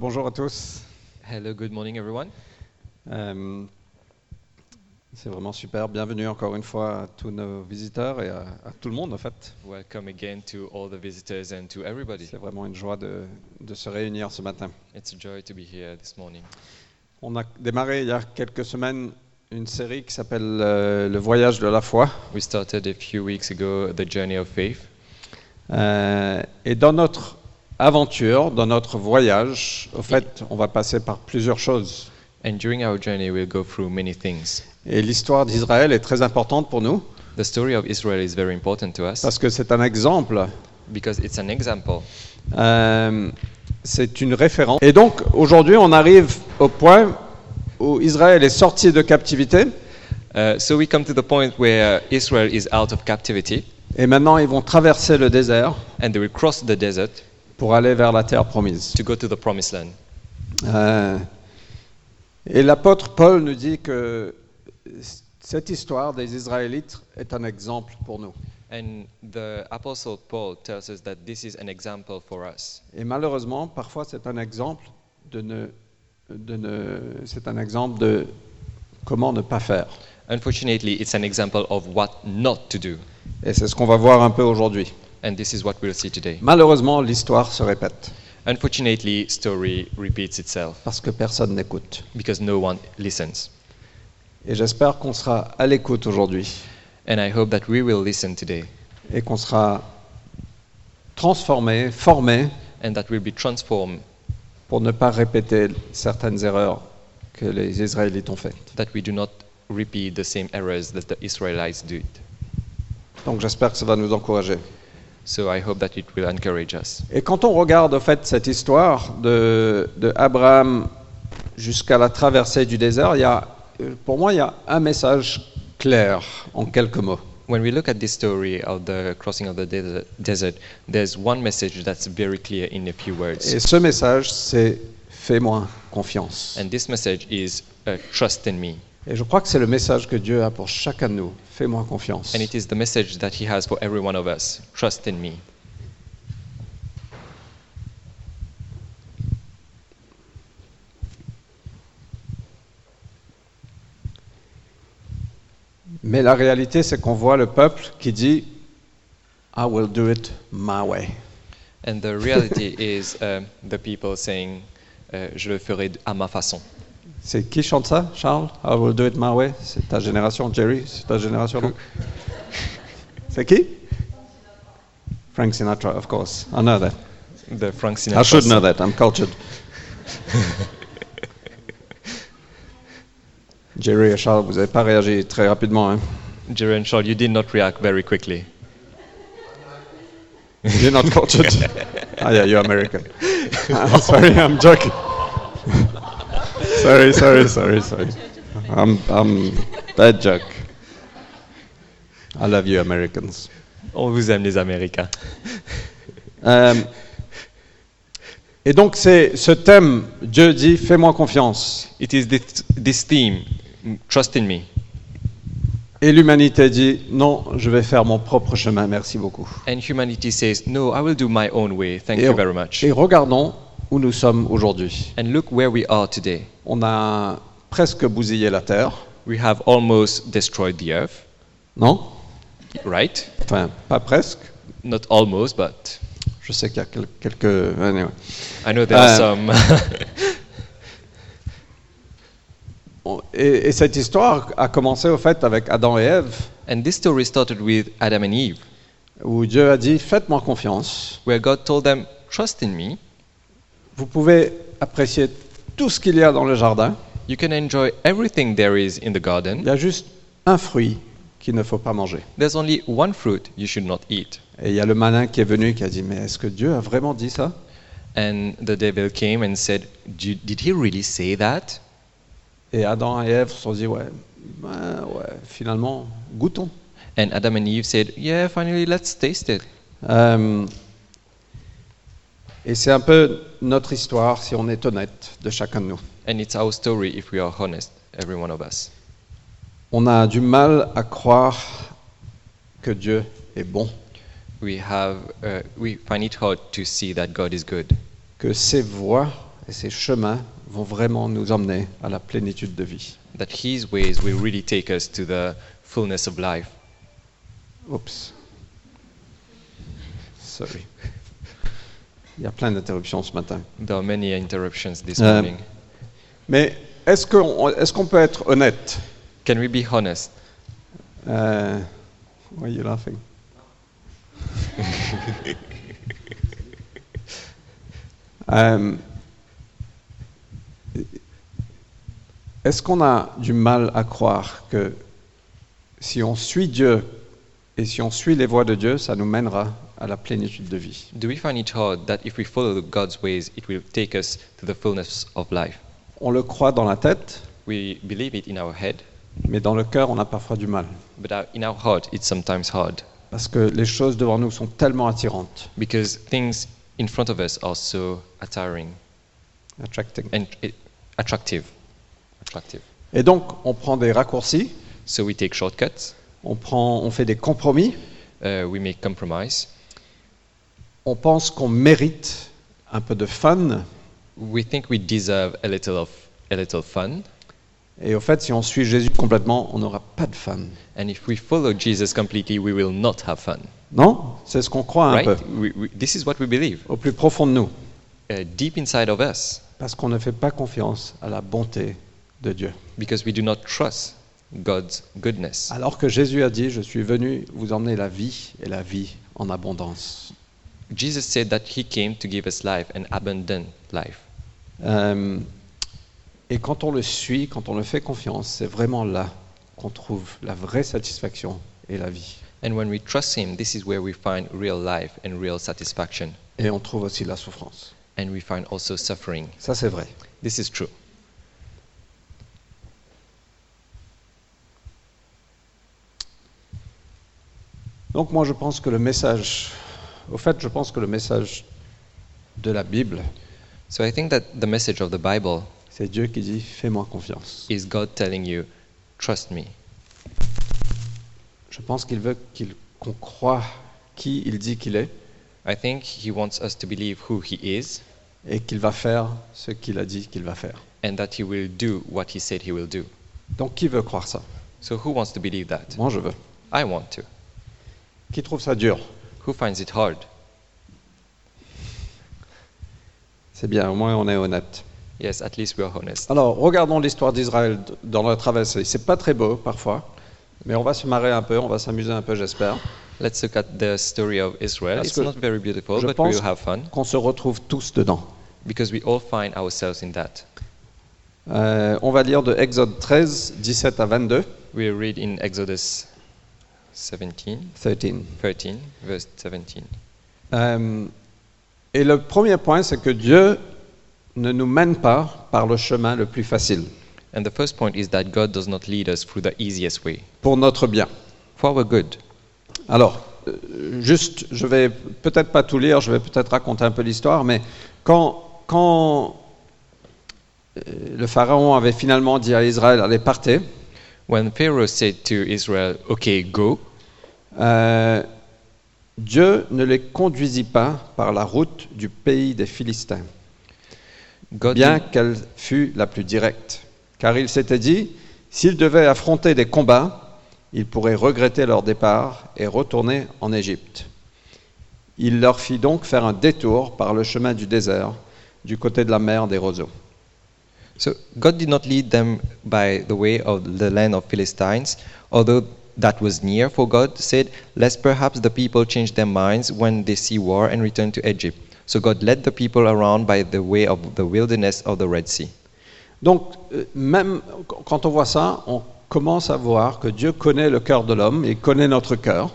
Bonjour à tous. Hello, good morning, everyone. Euh, c'est vraiment super. Bienvenue encore une fois à tous nos visiteurs et à, à tout le monde en fait. Welcome again to all the visitors and to everybody. C'est vraiment une joie de, de se réunir ce matin. It's a joy to be here this morning. On a démarré il y a quelques semaines une série qui s'appelle euh, Le voyage de la foi. We started a few weeks ago the journey of faith, Euh, et dans notre aventure, dans notre voyage, au fait, on va passer par plusieurs choses. and during our journey, we'll go through many things. Et l'histoire d'Israël est très importante pour nous The story of Israel is very important to us parce que c'est un exemple because it's an example. Euh, c'est une référence. Et donc, aujourd'hui, on arrive au point où Israël est sorti de captivité, Uh, so we come to the point where Israel is out of captivity et maintenant ils vont traverser le désert and they will cross the desert pour aller vers la terre promise. to go to the promised land. Euh, et l'apôtre Paul nous dit que cette histoire des Israélites est un exemple pour nous. And the apostle Paul tells us that this is an example for us. Et malheureusement, parfois, c'est un exemple de ne, de ne, c'est un exemple de comment ne pas faire. Unfortunately, it's an example of what not to do. Et c'est ce qu'on va voir un peu aujourd'hui. And this is what we'll see today. Malheureusement, l'histoire se répète. Unfortunately, story repeats itself parce que personne n'écoute. because no one listens. Et j'espère qu'on sera à l'écoute aujourd'hui And I hope that we will listen today et qu'on sera transformé, formé and that we'll be transformed, pour ne pas répéter certaines erreurs que les Israélites ont faites. that we do not repeat the same errors that the Israelites did. Donc j'espère que ça va nous encourager. So I hope that it will encourage us. Et quand on regarde en fait cette histoire de, de Abraham jusqu'à la traversée du désert, il y a, euh, pour moi il y a un message clair en quelques mots. When we look at this story of the crossing of the desert, desert there's one message that's very clear in a few words. Et ce message c'est fais-moi confiance. And this message is uh, trust in me. Et je crois que c'est le message que Dieu a pour chacun de nous. Fais-moi confiance. And it is the message that he has for every one of us trust in me. Mais la réalité, c'est qu'on voit le peuple qui dit I will do it my way. And the reality is um, the people saying, euh, je le ferai à ma façon. C'est qui chante ça, Charles I will do it my way. C'est ta génération, Jerry. C'est ta génération. non c'est qui Frank Sinatra, of course. I know that. The Frank Sinatra. I should know that. I'm cultured. Jerry et Charles, vous n'avez pas réagi très rapidement. Hein? Jerry and Shaw, you did not react very quickly. You're not cultured. ah, yeah, you're American. I'm sorry, I'm joking. sorry, sorry, sorry, sorry. I'm, I'm bad joke. I love you, Americans. On vous aime les Américains. Euh, et donc, c'est ce thème, Dieu dit, fais-moi confiance. It is this, this theme, trust in me. Et l'humanité dit, non, je vais faire mon propre chemin, merci beaucoup. And humanity says, no, I will do my own way. Thank Et, you very much. et regardons où nous sommes aujourd'hui. And look where we are today. On a presque bousillé la terre, We have almost destroyed the earth, non right? Enfin, pas presque. Not almost, but Je sais qu'il y a quel- quelques. anyway. I know there are Euh, some. On- Et, et cette histoire a commencé au fait avec Adam et Ève, and this story started with Adam and Eve, où Dieu a dit Faites-moi confiance. where God told them, trust in me. Vous pouvez apprécier tout ce qu'il y a dans le jardin. You can enjoy everything there is in the Il garden. y a juste un fruit qu'il ne faut pas manger. There's only one fruit you should not eat. Et il y a le malin qui est venu qui a dit Mais est-ce que Dieu a vraiment dit ça And the devil came and said, "Do- Did he really say that? Et Adam et Ève se sont dit Ouais, ben ouais finalement, goûtons. And Adam and Eve said, Yeah, finally, let's taste it. Euh, et c'est un peu notre histoire, si on est honnête, de chacun de nous. And it's our story if we are honest, every one of us. On a du mal à croire que Dieu est bon, We, have, uh, we find it hard to see that God is good, que ses voies et ses chemins vont vraiment nous emmener à la plénitude de vie. that His ways will really take us to the fullness of life. Oups. Sorry. Il y a plein d'interruptions ce matin. There are many interruptions this Um, morning. Mais est-ce qu'on est qu'on peut être honnête Can we be honest? Euh, Why are you laughing? Euh, Est-ce qu'on a du mal à croire que si on suit Dieu et si on suit les voies de Dieu, ça nous mènera à la plénitude de vie Do we find it hard that if we follow God's ways, it will take us to the fullness of life? On le croit dans la tête, We believe it in our head, mais dans le cœur, on a parfois du mal. but our- in our heart, it's sometimes hard Parce que les choses devant nous sont tellement attirantes, because things in front of us are so attiring attracting. and eh, attractive. Attractive. Et donc, on prend des raccourcis, So we take shortcuts, on, prend, on fait des compromis, uh, we make compromise, on pense qu'on mérite un peu de fun, we think we deserve a little of a little fun, et au fait, si on suit Jésus complètement, on n'aura pas de fun. and if we follow Jesus completely, we will not have fun. Non C'est ce qu'on croit un peu, Right? We, we, this is what we believe au plus profond de nous, uh, deep inside of us parce qu'on ne fait pas confiance à la bonté de Dieu. because we do not trust God's goodness. Alors que Jésus a dit, je suis venu vous emmener la vie et la vie en abondance. Jesus said that He came to give us life, an abundant life. Euh, et quand on le suit, quand on le fait confiance, c'est vraiment là qu'on trouve la vraie satisfaction et la vie. And when we trust Him, this is where we find real life and real satisfaction. Et on trouve aussi la souffrance. And we find also suffering. Ça, c'est vrai. This is true. Donc moi, je pense que le message, au fait, je pense que le message de la Bible, So I think that the message of the Bible c'est Dieu qui dit, fais-moi confiance. is God telling you, trust me. Je pense qu'il veut qu'il- qu'on croit qui il dit qu'il est I think He wants us to believe who He is et qu'il va faire ce qu'il a dit qu'il va faire. and that He will do what He said He will do. Donc qui veut croire ça So who wants to believe that? Moi, je veux. I want to. Qui trouve ça dur Who finds it hard? C'est bien, au moins on est honnête. Yes, at least we are honest. Alors, regardons l'histoire d'Israël d- dans la traversée. C'est pas très beau parfois, mais on va se marrer un peu, on va s'amuser un peu, j'espère. Let's look at the story of Israel. Parce It's que not very beautiful, je but pense- we'll have fun Qu'on se retrouve tous dedans. because we all find ourselves in that. Euh, on va lire de Exode 13, 17 à 22. We read in Exodus 17, 13. 13, verse 17. Euh, et le premier point, c'est que Dieu ne nous mène pas par le chemin le plus facile, And the first point is that God does not lead us through the easiest way pour notre bien. for our good. Alors, euh, juste, je vais peut-être pas tout lire, je vais peut-être raconter un peu l'histoire, mais quand, quand euh, le Pharaon avait finalement dit à Israël, allez, partez, When Pharaoh said to Israel, Okay, go, euh, Dieu ne les conduisit pas par la route du pays des Philistins, God bien did- qu'elle fût la plus directe. Car il s'était dit, s'ils devaient affronter des combats, ils pourraient regretter leur départ et retourner en Égypte. Il leur fit donc faire un détour par le chemin du désert, du côté de la mer des roseaux. So God did not lead them by the way of the land of Philistines, although that was near, for God said, Lest perhaps the people change their minds when they see war and return to Egypt. So God led the people around by the way of the wilderness of the Red Sea. Donc, euh, même qu- quand on voit ça, on commence à voir que Dieu connaît le cœur de l'homme, il connaît notre cœur.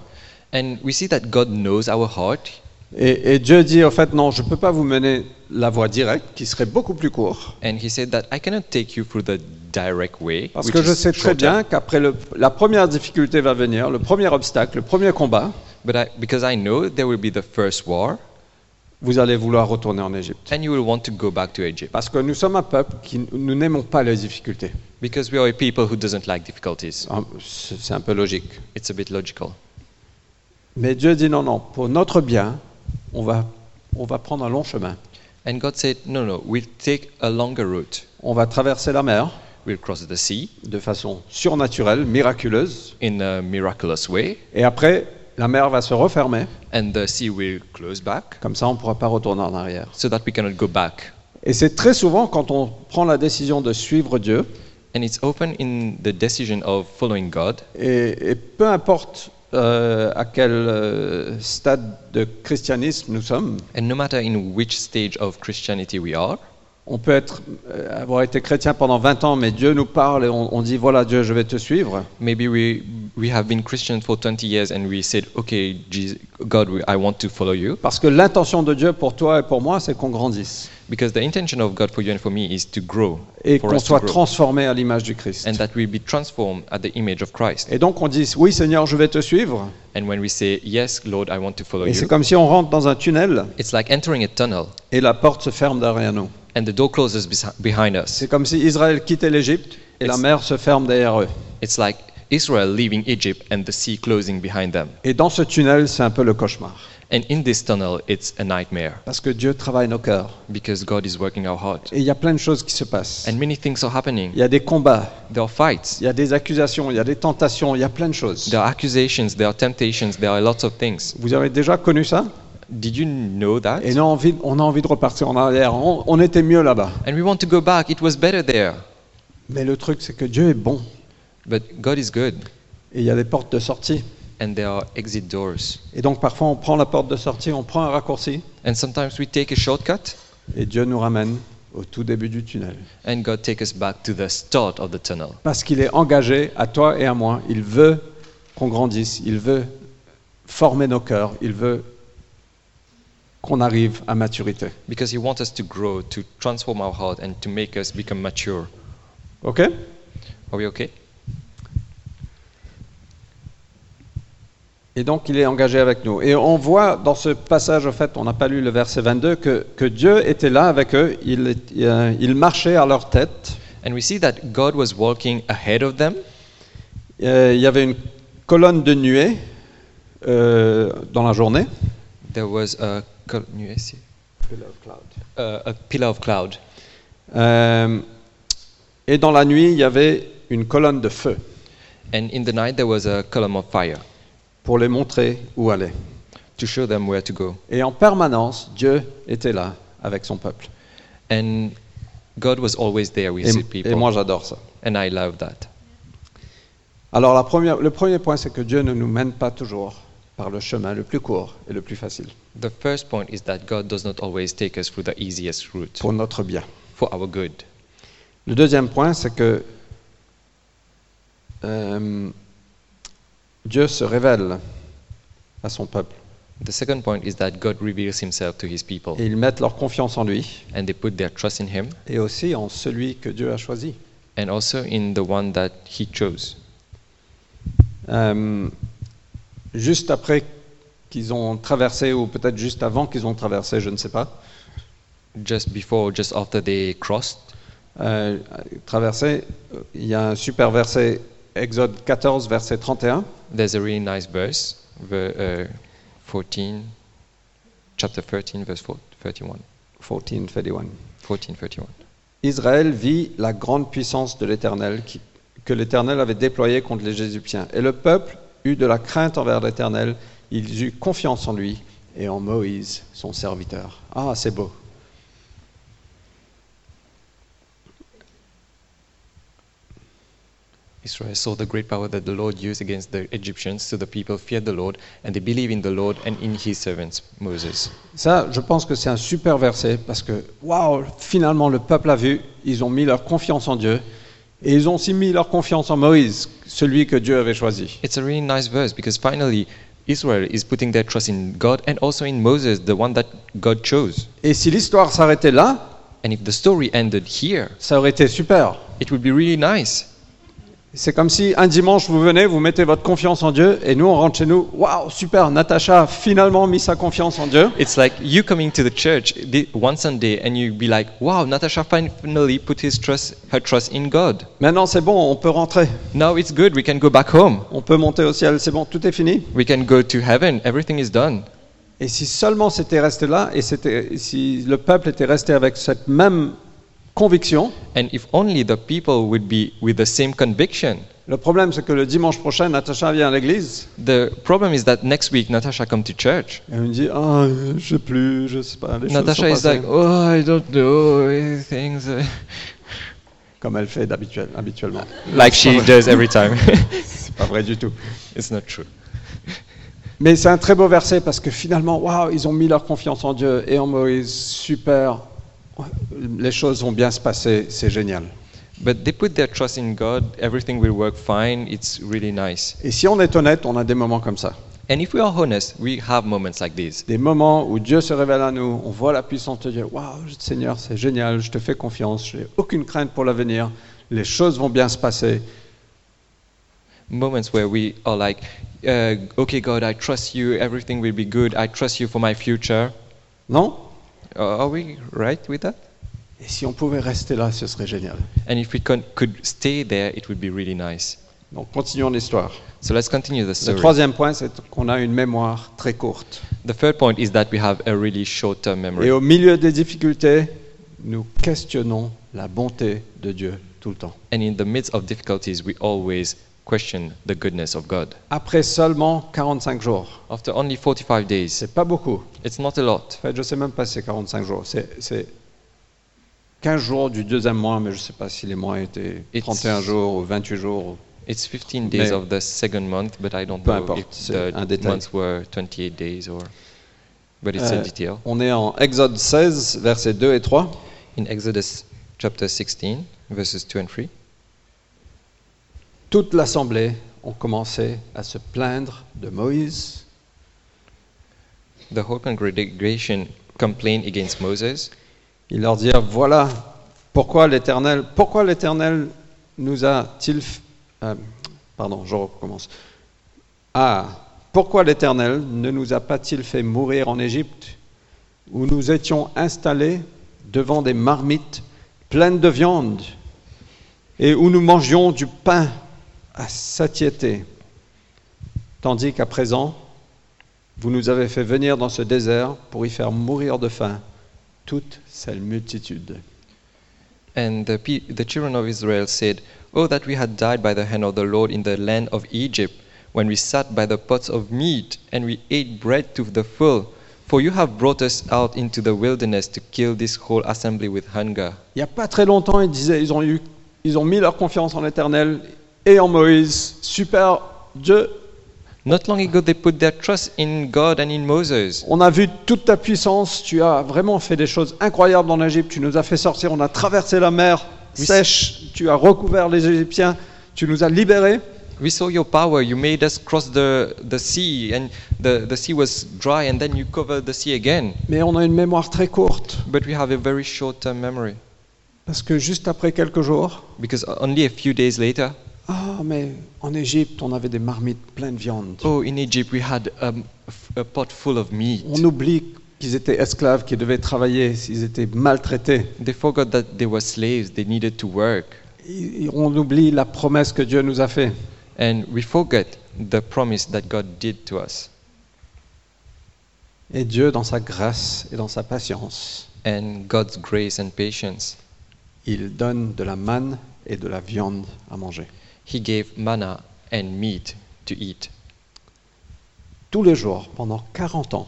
And we see that God knows our heart, Et, et Dieu dit, en fait, non, je ne peux pas vous mener la voie directe, qui serait beaucoup plus courte, and He said that I cannot take you through the direct way. parce which que je is sais très shorter." bien qu'après le- la première difficulté va venir, le premier obstacle, le premier combat, But I, because I know there will be the first war, vous allez vouloir retourner en Égypte. and you will want to go back to Egypt. Parce que nous sommes un peuple qui n- nous n'aimons pas les difficultés. Because we are a people who doesn't like difficulties. Hein, C'est c'est un peu logique. It's a bit logical. Mais Dieu dit non, non, pour notre bien, on va, on va prendre un long chemin. And God said, No, no, we'll take a longer route. On va traverser la mer We'll cross the sea de façon surnaturelle, miraculeuse, in a miraculous way, et après, la mer va se refermer. and the sea will close back Comme ça, on ne pourra pas retourner en arrière. so that we cannot go back. Et c'est très souvent quand on prend la décision de suivre Dieu, And it's often in the decision of following God, et, et peu importe euh, à quel euh, stade de christianisme nous sommes, and no matter in which stage of Christianity we are, on peut être, euh, avoir été chrétien pendant 20 ans, mais Dieu nous parle et on, on dit voilà Dieu, je vais te suivre. maybe we, we have been Christian for 20 years and we said, Okay, Jesus, God, we- I want to follow you. Parce que l'intention de Dieu pour toi et pour moi, c'est qu'on grandisse Because the intention of God for you and for me is to grow, et for qu'on us to soit grow, transformé à l'image du Christ. and that we be transformed at the image of Christ. Et donc on dit oui Seigneur, je vais te suivre. And when we say, Yes, Lord, I want to follow Et you, c'est comme si on rentre dans un tunnel it's like entering a tunnel et la porte se ferme derrière nous. and the door closes besi- behind us. C'est comme si Israël quittait l'Égypte et la It's- mer se ferme derrière eux. It's like Israel leaving Egypt and the sea closing behind them. Et dans ce tunnel, c'est un peu le cauchemar. And in this tunnel, it's a nightmare Parce que Dieu travaille nos cœurs. because God is working our heart. Et il y a plein de choses qui se passent. And many things are happening. Il y a des combats, There are fights, il y a des accusations, il y a des tentations, il y a plein de choses. there are accusations, there are temptations, there are lots of things. Vous avez déjà connu ça Did you know that? Et on a, envie, on a envie de repartir en arrière. On, on était mieux là-bas. And we want to go back. It was better there. Mais le truc, c'est que Dieu est bon. But God is good, Et il y a des portes de sortie. and there are exit doors. Et donc parfois, on prend la porte de sortie, on prend un raccourci. And sometimes we take a shortcut, Et Dieu nous ramène au tout début du tunnel. and God takes us back to the start of the tunnel Parce qu'il est engagé à toi et à moi. Il veut qu'on grandisse. Il veut former nos cœurs. Il veut qu'on arrive à maturité. because He wants us to grow, to transform our heart, and to make us become mature. OK Are we okay? Et donc, il est engagé avec nous. Et on voit dans ce passage, en fait, on n'a pas lu le verset 22, que, que Dieu était là avec eux. Il, est- il, euh, il marchait à leur tête. And we see that God was walking ahead of them, Euh, il y avait une colonne de nuée euh, dans la journée. there was a col- nuage here. Uh, a pillar of cloud, Euh, et dans la nuit, il y avait une colonne de feu and in the night there was a column of fire pour les montrer où aller. to show them where to go. Et en permanence, Dieu était là avec son peuple. And God was always there with Et, His et people, moi, j'adore ça. and I love that. Alors, la première- le premier point, c'est que Dieu ne nous mène pas toujours par le chemin le plus court et le plus facile, The first point is that God does not always take us through the easiest route pour notre bien. for our good. Le deuxième point, c'est que euh, Dieu se révèle à son peuple The second point is that God reveals himself to his people et ils mettent leur confiance en lui and they put their trust in him et aussi en celui que Dieu a choisi. and also in the one that he chose. Euh, juste après qu'ils ont traversé, ou peut-être juste avant qu'ils ont traversé, je ne sais pas, Just before, just after they crossed, euh, traversé, euh, il y a un super verset, Exode 14, verset 31, there's a really nice verse, ver, uh, 14, chapter 13, verse 4, 31. 14, 31. 14, 31. Israël vit la grande puissance de l'Éternel qui- que l'Éternel avait déployée contre les Égyptiens. Et le peuple eut de la crainte envers l'Éternel, ils eurent confiance en lui et en Moïse, son serviteur. Ah, c'est beau. Israel saw the great power that the Lord used against the Egyptians, so the people feared the Lord and they believed in the Lord and in his servant Moses. Ça, je pense que c'est un super verset parce que, waouh, finalement, le peuple a vu, ils ont mis leur confiance en Dieu et ils ont aussi mis leur confiance en Moïse, celui que Dieu avait choisi. It's a really nice verse because finally Israel is putting their trust in God and also in Moses, the one that God chose. Et si l'histoire s'arrêtait là, And if the story ended here, ça aurait été super. it would be really nice. C'est comme si un dimanche, vous venez, vous mettez votre confiance en Dieu et nous, on rentre chez nous, waouh, super, Natacha a finalement mis sa confiance en Dieu. It's like you coming to the church the- one Sunday and you be like, "Wow, Natasha finally put his trust, her trust in God. Maintenant, c'est bon, on peut rentrer, Now it's good. We can go back home. on peut monter au ciel, c'est bon, tout est fini. We can go to heaven. Everything is done." Et Et si seulement c'était resté là, et c'était- si le peuple était resté avec cette même conviction, And if only the people would be with the same conviction. le problème c'est que le dimanche prochain, Natacha vient à l'église The problem is that next week Natasha come to church. et elle me dit Ah, je sais plus, je sais pas, les Natasha choses is sont passées. like, oh, I don't know eh, things, eh." Comme elle fait d'habituel, habituellement. like she does every time. C'est pas vrai du tout. it's not true. Mais c'est un très beau verset parce que finalement, waouh, ils ont mis leur confiance en Dieu et en Moïse, super. Les choses vont bien se passer, c'est génial. But they put their trust in God. Everything will work fine. It's really nice. Et si on est honnête, on a des moments comme ça. And if we are honest, we have moments like these. Des moments où Dieu se révèle à nous, on voit la puissance de Dieu. Waouh, Seigneur, c'est génial, je te fais confiance, j'ai aucune crainte pour l'avenir, les choses vont bien se passer. Moments where we are like, uh, okay, God, I trust you. Everything will be good. I trust you for my future. Non Uh, are we right with that? Et si on pouvait rester là, ce serait génial. And if we con- could stay there, it would be really nice. Donc continuons l'histoire. So let's continue the Le story. troisième point, c'est qu'on a une mémoire très courte. The third point is that we have a really short-term memory. Et au milieu des difficultés, nous questionnons la bonté de Dieu tout le temps. And in the midst of difficulties, we always question the goodness of God. Après seulement 45 jours, After only 45 days, c'est pas beaucoup. it's not a lot. En fait, je sais même pas si c'est 45 jours. C'est- C'est 15 jours du deuxième mois, mais je sais pas si les mois étaient It's- 31 jours ou 28 jours. It's 15 Mais- days of the second month, but I don't Peu know importe, if c'est un the détail. months were 28 days or. But it's Euh, a detail. on est en Exode 16, versets 2 et 3. In Exodus chapter 16, verses 2 and 3, Toute l'assemblée ont commencé à se plaindre de Moïse the whole congregation complained against Moses. Ils leur dirent voilà pourquoi l'Éternel pourquoi l'Éternel nous a-t-il f- euh, pardon je recommence ah pourquoi l'Éternel ne nous a pas-t-il fait mourir en Égypte où nous étions installés devant des marmites pleines de viande et où nous mangions du pain à satiété tandis qu'à présent vous nous avez fait venir dans ce désert pour y faire mourir de faim toute cette multitude. And the, pe- the children of Israel said, Oh, that we had died by the hand of the Lord in the land of Egypt, when we sat by the pots of meat, and we ate bread to the full. For you have brought us out into the wilderness to kill this whole assembly with hunger. Il n'y a pas très longtemps, ils disaient, ils ont, eu, ils ont mis leur confiance en l'Éternel et en Moïse. Super, Dieu, Not long ago, they put their trust in God and in Moses. on a vu toute ta puissance, tu as vraiment fait des choses incroyables en Égypte, tu nous as fait sortir, on a traversé la mer Oui. sèche, tu as recouvert les Égyptiens, tu nous as libérés. We saw your power. You made us cross the, the sea, and the, the sea was dry, and then you covered the sea again. Mais on a une mémoire très courte, But we have a very short term memory, parce que juste après quelques jours, because only a few days later, ah mais en Égypte, on avait des marmites pleines de viande. Oh, in Egypt we had um, f- a pot full of meat. On oublie qu'ils étaient esclaves, qu'ils devaient travailler, s'ils étaient maltraités. They forgot that they were slaves, they needed to work. Et On oublie la promesse que Dieu nous a faite. And we forget the promise that God did to us. Et Dieu, dans sa grâce et dans sa patience, And God's grace and patience. il donne de la manne et de la viande à manger. He gave manna and meat to eat Tous les jours, pendant 40 ans,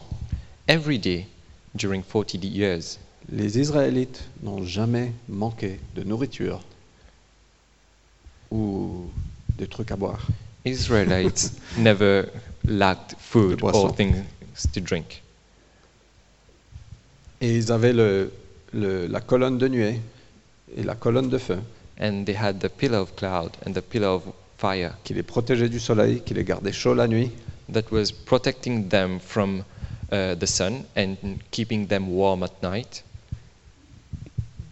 every day during 40 years. les Israélites n'ont jamais manqué de nourriture ou des trucs à boire. Israelites never lacked food or poisson. things to drink. Et ils avaient le- le- la colonne de nuée et la colonne de feu And they had the pillar of cloud and the pillar of fire qui les protégeait du soleil, qui les gardait chauds la nuit. that was protecting them from uh, the sun and keeping them warm at night.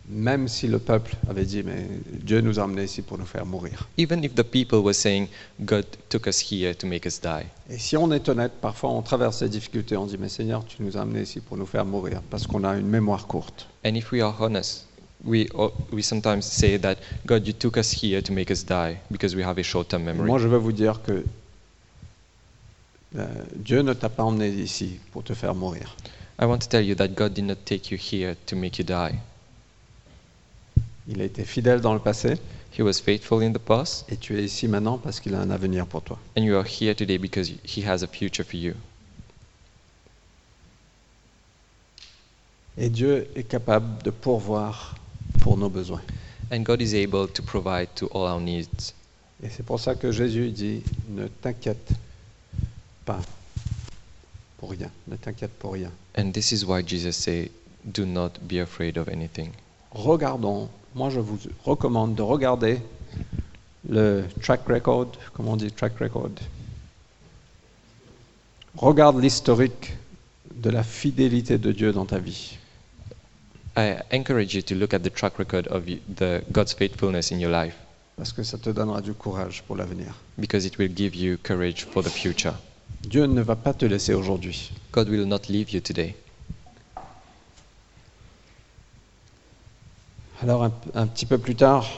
Même si le peuple avait dit, mais Dieu nous a amenés ici pour nous faire mourir. Even if the people were saying, God took us here to make us die. Et si on est honnête, parfois on traverse ces difficultés, on dit, mais Seigneur, tu nous as amenés ici pour nous faire mourir, parce qu'on a une mémoire courte. And if we are honest, we, o- we sometimes say that, God, you took us here to make us die because we have a short term memory. Moi, je veux vous dire que Euh, Dieu ne t'a pas emmené ici pour te faire mourir. I want to tell you that God did not take you here to make you die. Il a été fidèle dans le passé He was faithful in the past, et tu es ici maintenant parce qu'il a un avenir pour toi. and you are here today because He has a future for you. Et Dieu est capable de pourvoir pour nos besoins. And God is able to provide to all our needs. Et c'est pour ça que Jésus dit, ne t'inquiète pas pour rien, ne t'inquiète pour rien. And this is why Jesus said, Do not be afraid of anything. Regardons, moi je vous recommande de regarder le track record, comment on dit track record Regarde l'historique de la fidélité de Dieu dans ta vie. I encourage you to look at the track record of you- the, God's faithfulness in your life Parce que ça te donnera du courage pour l'avenir. because it will give you courage for the future. Dieu ne va pas te laisser aujourd'hui. God will not leave you today. Alors un, un petit peu plus tard.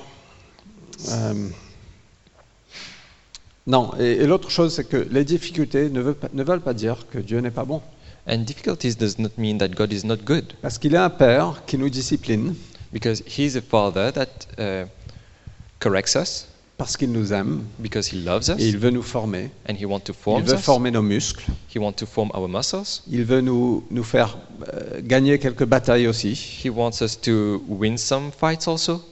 euh, non, et, et l'autre chose, c'est que les difficultés ne, veut pas- ne veulent pas dire que Dieu n'est pas bon. And difficulties does not mean that God is not good Parce qu'il est un Père qui nous discipline, because He is a Father that uh, corrects us parce qu'il nous aime, because He loves us et il veut nous former. and He wants to Il form veut us. former nos muscles. He wants to form our muscles. Il veut nous, nous faire euh, gagner quelques batailles aussi. He wants us to win some fights also.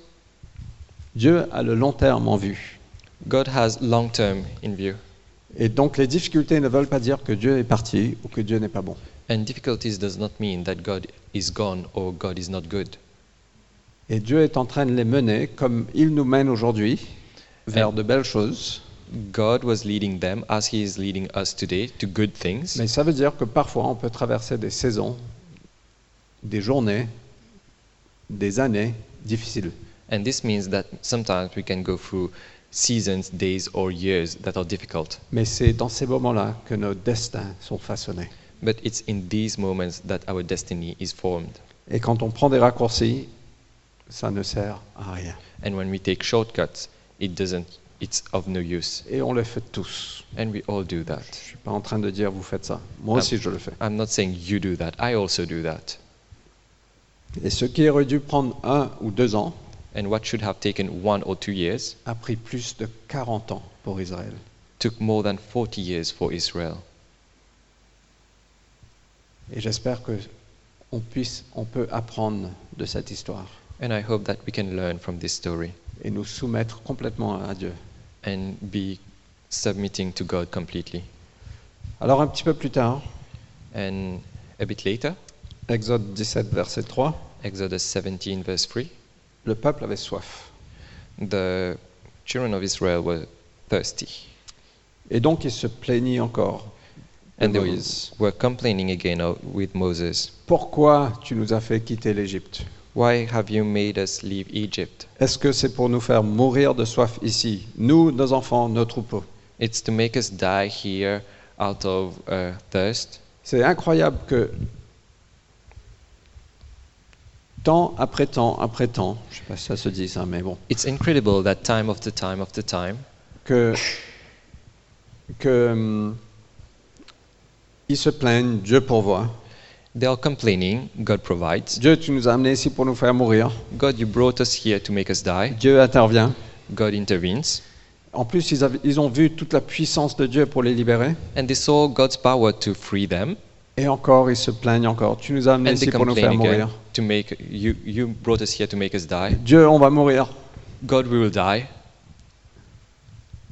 Dieu a le long terme en vue. God has long term in view. Et donc les difficultés ne veulent pas dire que Dieu est parti ou que Dieu n'est pas bon. And difficulties does not mean that God is gone or God is not good. Et Dieu est en train de les mener comme il nous mène aujourd'hui vers de belles choses. God was leading them as He is leading us today to good things. Mais ça veut dire que parfois on peut traverser des saisons, des journées, des années difficiles. And this means that sometimes we can go through seasons, days, or years that are difficult. Mais c'est dans ces moments-là que nos destins sont façonnés. But it's in these moments that our destiny is formed. Et quand on prend des raccourcis, ça ne sert à rien. And when we take shortcuts, it doesn't, it's of no use. Et on le fait tous. And we all do that. Je ne suis pas en train de dire vous faites ça. Moi Ah. aussi je le fais. I'm not saying you do that, I also do that. Et ce qui aurait dû prendre un ou deux ans And what should have taken one or two years a pris plus de 40 ans pour Israël. took more than 40 years for Israel. Et j'espère que on puisse, on peut apprendre de cette histoire And I hope that we can learn from this story et nous soumettre complètement à Dieu. and be submitting to God completely. Alors un petit peu plus tard, And a bit later, Exode 17, verset 3, Exodus 17, verse 3, le peuple avait soif. the children of Israel were thirsty. Et donc il se plaignit encore de And they were- Moïse. were complaining again of- with Moses Pourquoi tu nous as fait quitter l'Égypte Why have you made us leave Egypt? Est-ce que c'est pour nous faire mourir de soif ici, nous, nos enfants, nos troupeaux It's to make us die here out of uh, thirst. C'est incroyable que temps après temps après temps, je ne sais pas si ça se dit ça, mais bon, It's incredible that time after time after time, que, que hum, ils se plaignent, Dieu pourvoit. they are complaining, God provides. Dieu, tu nous as amenés ici pour nous faire mourir. God, you brought us here to make us die. Dieu intervient. God intervenes. En plus, ils, avaient- ils ont vu toute la puissance de Dieu pour les libérer. And they saw God's power to free them. Et encore, ils se plaignent encore. Tu nous as amenés And they ici pour nous faire complain again mourir. to make you you brought us here to make us die. Dieu, on va mourir. God we will die.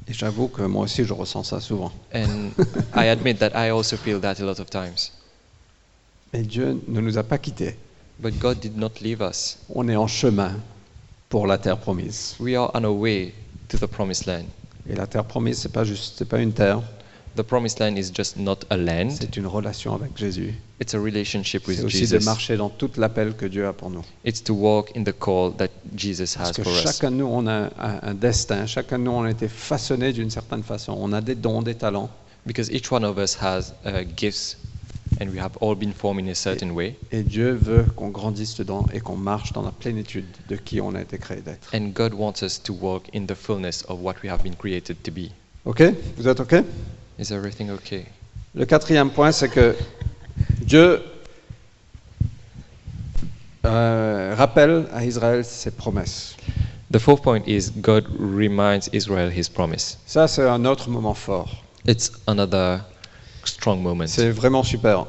Et j'avoue que moi aussi, je ressens ça souvent. And I admit that I also feel that a lot of times. Mais Dieu ne nous a pas quittés. But God did not leave us. On est en chemin pour la terre promise. We are on our way to the promised land. Et la terre promise, c'est pas juste, c'est pas une terre. The promised land is just not a land, C'est une relation avec Jésus. it's a relationship C'est Hmm. with aussi de Jesus. marcher dans toute l'appel que Dieu a pour nous. It's to walk in the call that Jesus has Parce que for us. chacun de nous, on a un, un- un destin. Chacun de nous, on a été façonné d'une certaine façon. On a des dons, des talents. Because each one of us has uh, gifts and we have all been formed in a certain way. Et Dieu veut qu'on grandisse dedans et qu'on marche dans la plénitude de qui on a été créé d'être. And God wants us to walk in the fullness of what we have been created to be. Ok Vous êtes ok Is everything okay? Le quatrième point, c'est que Dieu euh, rappelle à Israël ses promesses. The fourth point is God reminds Israel his promise. Ça, c'est un autre moment fort. It's another strong moment. C'est vraiment super.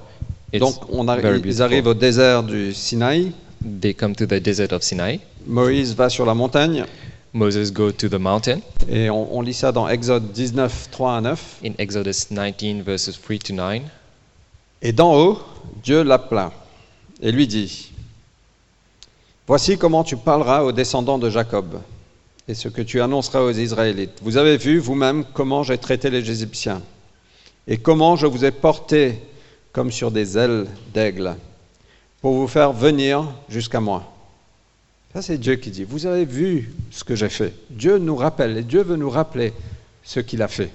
It's Donc, on arri- very ils beautiful. arrivent au désert du Sinaï. They come to the desert of Sinai. Moïse va sur la montagne. Moses go to the mountain Et on, on lit ça dans Exode 19, 3 à 9. in Exodus 19 verses 3 to 9. Et d'en haut, Dieu l'appela et lui dit Voici comment tu parleras aux descendants de Jacob et ce que tu annonceras aux Israélites. Vous avez vu vous-même comment j'ai traité les Égyptiens et comment je vous ai porté comme sur des ailes d'aigle pour vous faire venir jusqu'à moi. Ça, c'est Dieu qui dit Vous avez vu ce que j'ai fait. Dieu nous rappelle et Dieu veut nous rappeler ce qu'il a fait.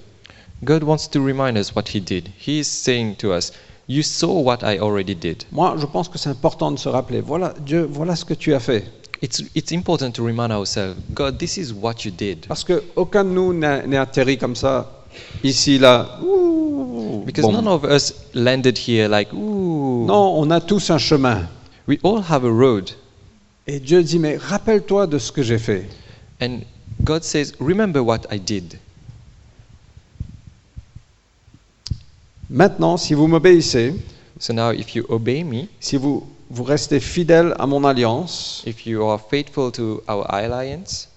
God wants to remind us what he did. He is saying to us, you saw what I already did. Moi, je pense que c'est important de se rappeler voilà, Dieu, voilà ce que tu as fait. It's it's important to remind ourselves, God, this is what you did. Parce que aucun de nous n'a- n'est atterri comme ça, ici, là. Ouh, Because bon. none of us landed here like, ooh. Non, on a tous un chemin. We all have a road. Et Dieu dit, mais rappelle-toi de ce que j'ai fait. And God says, remember what I did. Maintenant, si vous m'obéissez, So now if you obey me, si vous, vous restez fidèle à mon alliance, if you are faithful to our alliance,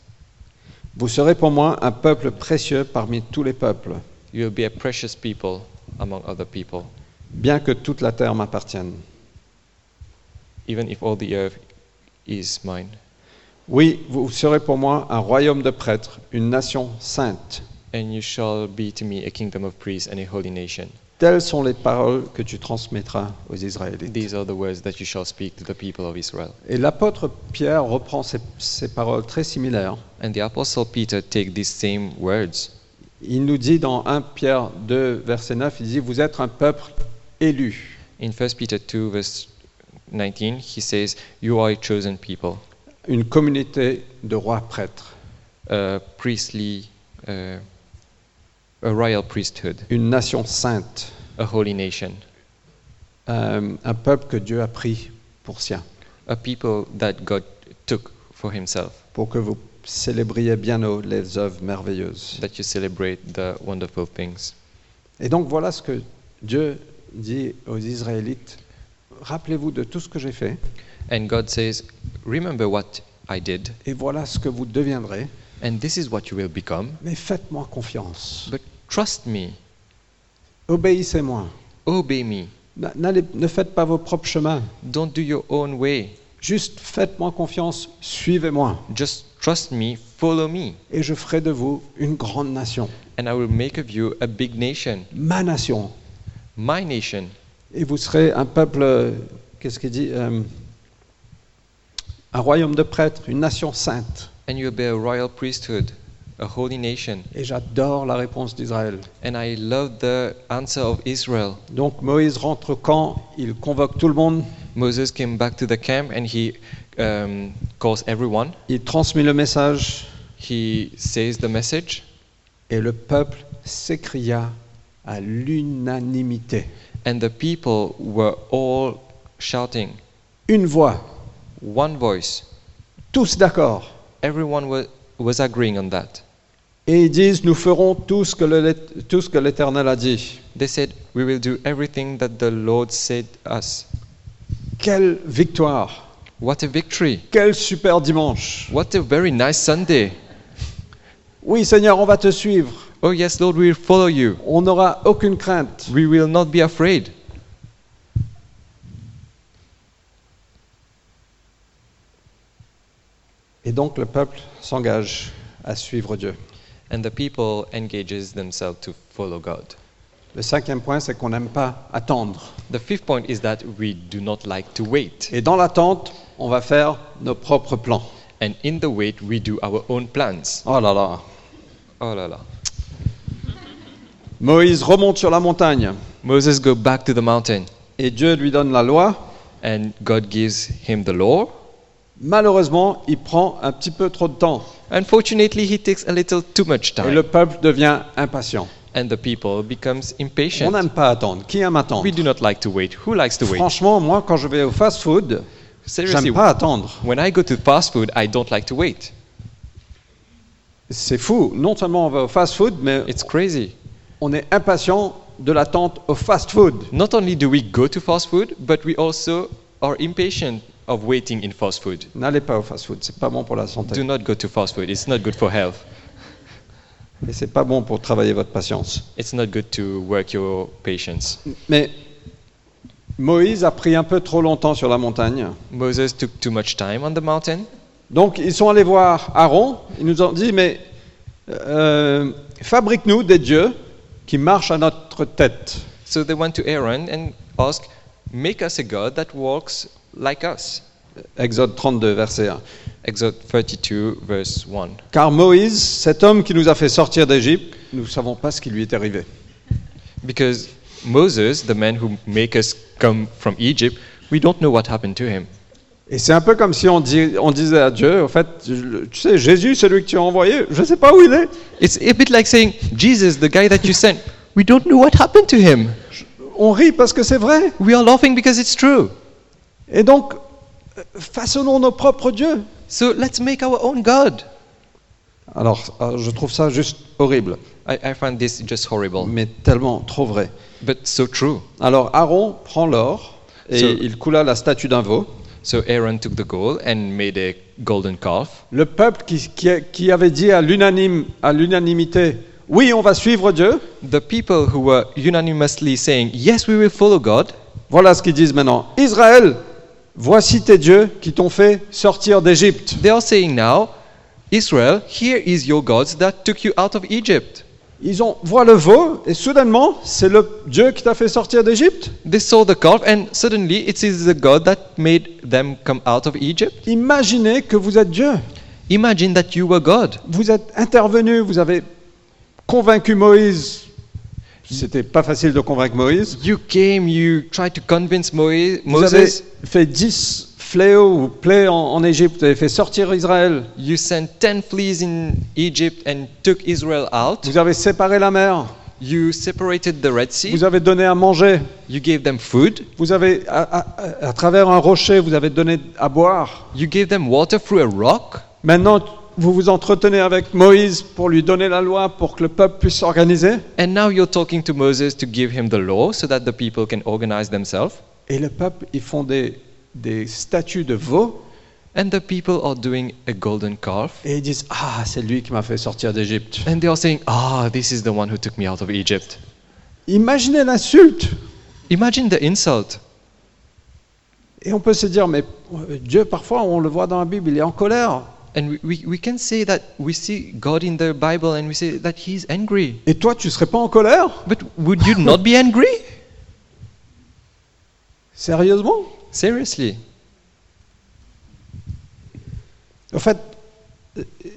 vous serez pour moi un peuple précieux parmi tous les peuples, you will be a precious people among other people, bien que toute la terre m'appartienne. even if all the earth is mine. Oui, vous serez pour moi un royaume de prêtres, une nation sainte. And you shall be to me a kingdom of priests and a holy nation. Telles sont les paroles que tu transmettras aux Israélites. These are the words that you shall speak to the people of Israel. Et l'apôtre Pierre reprend ces, ces paroles très similaires. And the apostle Peter take these same words. Il nous dit dans 1 Pierre 2, verset 9, il dit, vous êtes un peuple élu, In 1 Peter 2 verse 19, he says, "You are a chosen people, une communauté de rois prêtres, a priestly uh, a royal priesthood, une nation sainte, a holy nation, euh, un peuple que Dieu a pris pour sien, a people that God took for himself, pour que vous célébriez bien haut les œuvres merveilleuses. that you celebrate the wonderful things." Et donc voilà ce que Dieu dit aux Israélites. Rappelez-vous de tout ce que j'ai fait, And God says, "Remember what I did, et voilà ce que vous deviendrez, and this is what you will become, mais faites-moi confiance, but trust me, obéissez-moi. obey me." N- n'allez- ne faites pas vos propres chemins. Don't do your own way. Juste faites-moi confiance, suivez-moi, Just trust me, follow me, et je ferai de vous une grande nation, and I will make of you a big nation, ma nation. my nation. Et vous serez un peuple, euh, qu'est-ce qu'il dit euh, Un royaume de prêtres, une nation sainte. And you'll be a royal priesthood, a holy nation. Et j'adore la réponse d'Israël. And I love the answer of Israel. Donc Moïse rentre au camp, il convoque tout le monde, Moses came back to the camp and he um, calls everyone. il transmet le message, He says the message, et le peuple s'écria à l'unanimité. and the people were all shouting, Une voix, one voice. tous d'accord. Everyone wa- was agreeing on that. Et ils disent, nous ferons tout ce que le- tout ce que l'Éternel a dit. They said, We will do everything that the Lord said us. Quelle victoire What a victory! Quel super dimanche What a very nice Sunday! Oui Seigneur, on va te suivre. Oh, yes, Lord, we will follow you. On n'aura aucune crainte. We will not be afraid. Et donc le peuple s'engage à suivre Dieu. and the people engages themselves to follow God. Le cinquième point, c'est qu'on n'aime pas attendre. The fifth point is that we do not like to wait, Et dans l'attente, on va faire nos propres plans. and in the wait we do our own plans. Oh là là. Oh la la. Moïse remonte sur la montagne Moses go back to the mountain, et Dieu lui donne la loi. and God gives him the law. Malheureusement, il prend un petit peu trop de temps Unfortunately, he takes a little too much et time, le peuple devient impatient. and the people becomes On impatient. n'aime pas attendre. Qui aime attendre We do not like to wait. Who likes to wait? Franchement, moi, quand je vais au fast-food, Seriously, j'aime pas attendre. when I go to fast food, I don't like to wait. C'est fou. Non seulement on va au fast-food, mais It's crazy. on est impatient de l'attente au fast-food. Not only do we go to fast food, but we also are impatient of waiting in fast food. N'allez pas au fast-food, c'est pas bon pour la santé. Do not go to fast food. It's not good for health. Et c'est pas bon pour travailler votre patience. It's not good to work your patience. Mais Moïse a pris un peu trop longtemps sur la montagne. Moses took too much time on the mountain. Donc ils sont allés voir Aaron, ils nous ont dit, mais euh, fabrique-nous des dieux qui marchent à notre tête. So they went to Aaron and asked, Make us a God that walks like us. Exode 32, verset 1. Exodus 32, verse 1. Car Moïse, cet homme qui nous a fait sortir d'Égypte, nous ne savons pas ce qui lui est arrivé. Because Moses, the man who make us come from Egypt, we don't know what happened to him. Et c'est un peu comme si on, dit- on disait à Dieu, en fait, je- tu sais, Jésus, celui que tu as envoyé, je ne sais pas où il est. It's a bit like saying, Jesus, the guy that you sent, we don't know what happened to him. On rit parce que c'est vrai. We are laughing because it's true. Et donc, euh, façonnons nos propres dieux. So let's make our own God. Alors, euh, je trouve ça juste horrible, I, I find this just horrible, mais tellement trop vrai. but so true. Alors Aaron prend l'or et So- il coula la statue d'un veau. So Aaron took the gold and made a golden calf. Le peuple qui, qui- qui avait dit à l'unanime- à l'unanimité, oui, on va suivre Dieu, The people who were unanimously saying, Yes, we will follow God, voilà ce qu'ils disent maintenant. Israël, voici tes dieux qui t'ont fait sortir d'Égypte. they are saying now, Israel, here is your gods that took you out of Egypt. Ils ont voient le veau et soudainement, c'est le Dieu qui t'a fait sortir d'Égypte. They saw the calf, and suddenly it is the God that made them come out of Egypt. Imaginez que vous êtes Dieu. Imagine that you were God. Vous êtes intervenu, vous avez convaincu Moïse. C'était pas facile de convaincre Moïse. You came, you tried to convince Mo- Vous avez Moses, fait dix fléaux ou plaies en, en Égypte, vous avez fait sortir Israël, you sent 10 fleas in Egypt and took Israel out. vous avez séparé la mer, You separated the Red Sea, vous avez donné à manger, you gave them food, vous avez, à, à- à- à travers un rocher, vous avez donné à boire. you gave them water through a rock. Maintenant, vous vous entretenez avec Moïse pour lui donner la loi pour que le peuple puisse s'organiser. And now you're talking to Moses to give him the law so that the people can organize themselves. Et le peuple, ils font des, des statues de veaux And the people are doing a golden calf. et ils disent Ah, c'est lui qui m'a fait sortir d'Égypte. And they are saying, Ah, this is the one who took me out of Egypt. Imaginez l'insulte. Imagine the insult. Et on peut se dire Mais euh, Dieu, parfois, on le voit dans la Bible, il est en colère. And we, we, we can say that we see God in the Bible and we say that he's angry. Et toi, tu serais pas en colère But would you not be angry? Sérieusement Seriously. En fait,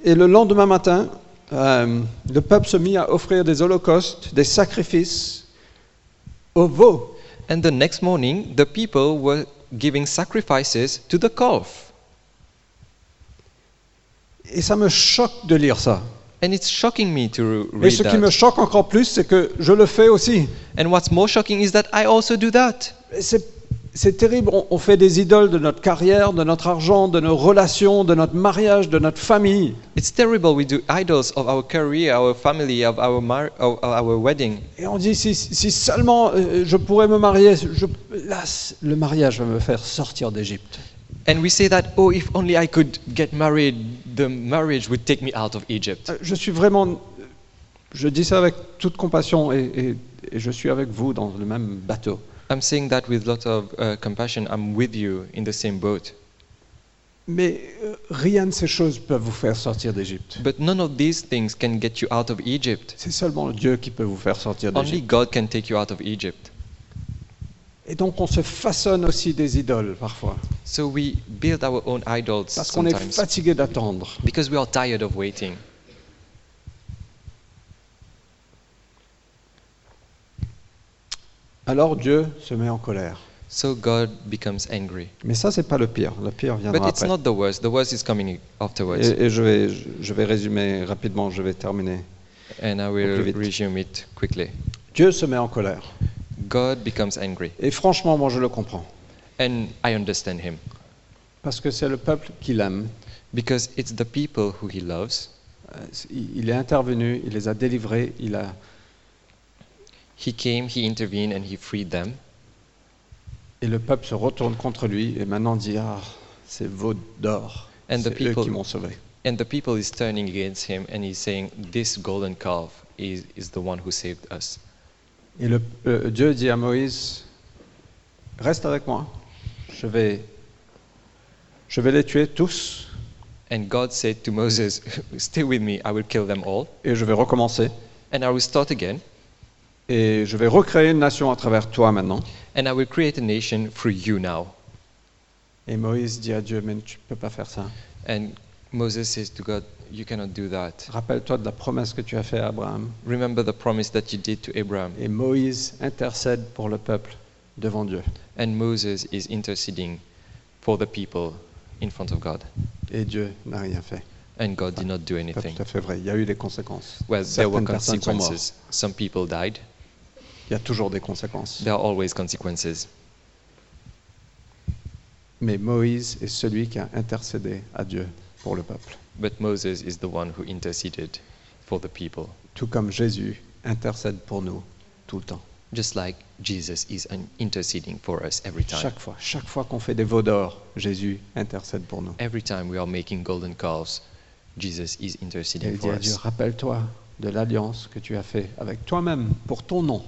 et le lendemain matin, euh, le peuple se mit à offrir des holocaustes, des sacrifices aux veaux. And the next morning, the people were giving sacrifices to the calf. Et ça me choque de lire ça. And it's shocking me to Et read ce qui me that. choque encore plus, c'est que je le fais aussi. And what's more shocking is that I also do that. Et C'est c'est terrible, on, on fait des idoles de notre carrière, de notre argent, de nos relations, de notre mariage, de notre famille. It's terrible. We do idols of our career, our family, of our mar- of of our wedding. Et on dit, si, si seulement euh, je pourrais me marier, je, là, le mariage va me faire sortir d'Égypte. And we say that, oh, if only I could get married, the marriage would take me out of Egypt. Euh, Je suis vraiment. Je dis ça avec toute compassion et, et- et je suis avec vous dans le même bateau. I'm saying that with lot of uh, compassion. I'm with you in the same boat. Mais euh, rien de ces choses peuvent vous faire sortir d'Égypte. But none of these things can get you out of Egypt. C'est seulement Dieu qui peut vous faire sortir Only d'Égypte. God can take you out of Egypt. Et donc on se façonne aussi des idoles parfois. So we build our own idols Parce qu'on est sometimes fatigué d'attendre. because we are tired of waiting. Alors Dieu se met en colère. So God becomes angry. Mais ça, c'est pas le pire. Le pire But viendra it's après. not the worst. The worst is coming afterwards. Et, et je, vais, je vais résumer rapidement, je vais terminer. and I will Au plus vite. resume it quickly. Dieu se met en colère. God becomes angry, Et franchement, moi, je le comprends. and I understand him Parce que c'est le peuple qu'il aime. because it's the people who he loves. Euh, Il il est intervenu, il les a délivrés, il a... He came, he intervened, and he freed them. et le peuple se retourne contre lui et maintenant dit Ah, c'est veau d'or. And the C'est eux people- qui m'ont sauvé. And the people is turning against him, and he's saying, "This golden calf is, is the one who saved us." Et le, euh, Dieu dit à Moïse Reste avec moi, je vais, je vais les tuer tous And God said to Moses, "Stay with me. I will kill them all, et je vais recommencer. and I will start again, Et je vais recréer une nation à travers toi maintenant. and I will create a nation through you now." Et Moïse dit à Dieu Mais tu ne peux pas faire ça. And Moses says to God, "You cannot do that. Rappelle-toi de la promesse que tu as faite à Abraham. Remember the promise that you did to Abraham." Et Moïse intercède pour le peuple devant Dieu. And Moses is interceding for the people in front of God. Et Dieu n'a rien fait. And God did not do Pas anything. tout à fait vrai. Il y a eu des conséquences. Well, there were Certaines personnes sont mortes. consequences. Some people died. Il y a toujours des conséquences. There are always consequences. Mais Moïse est celui qui a intercédé à Dieu pour le peuple. But Moses is the one who interceded for the people, Tout comme Jésus intercède pour nous tout le temps. just like Jesus is an- interceding for us every time. Chaque fois, chaque fois qu'on fait des veaux d'or, Jésus intercède pour nous. Every time we are making golden calves, Jesus is Et interceding il dit for à Dieu, us. rappelle-toi de l'alliance que tu as fait avec toi-même pour ton nom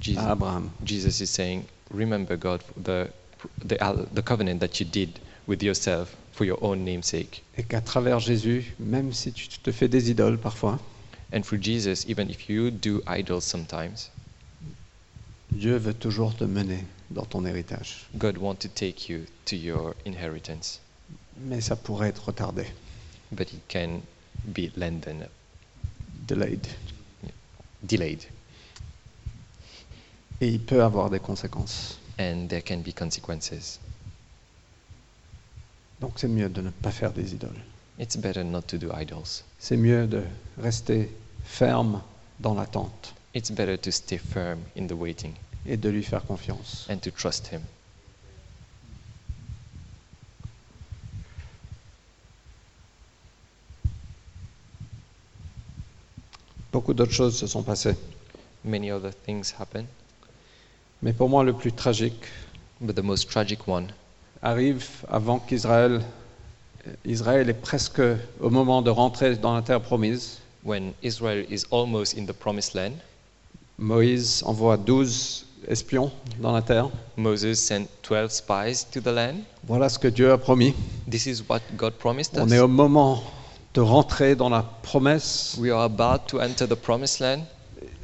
Jesus, à Abraham. Jesus is saying, "Remember, God, the the, al- the covenant that you did with yourself for your own namesake." Et qu'à travers Jésus, même si tu te fais des idoles parfois, And through Jesus, even if you do idols sometimes, Dieu veut toujours te mener dans ton héritage. God wants to take you to your inheritance, Mais ça pourrait être retardé, but it can be lengthened, delayed. delayed, Et il peut avoir des conséquences. and there can be consequences. Donc c'est mieux de ne pas faire des idoles. It's better not to do idols. C'est mieux de rester ferme dans l'attente It's better to stay firm in the waiting et de lui faire confiance. and to trust Him. Beaucoup d'autres choses se sont passées. Many other things happen, Mais pour moi, le plus tragique but the most tragic one arrive avant qu'Israël... Israël est presque au moment de rentrer dans la terre promise. when Israel is almost in the promised land, Moïse envoie 12 espions dans la terre. Moses sent 12 spies to the land. Voilà ce que Dieu a promis. This is what God promised On est au us. moment de rentrer dans la promesse. We are about to enter the promised land.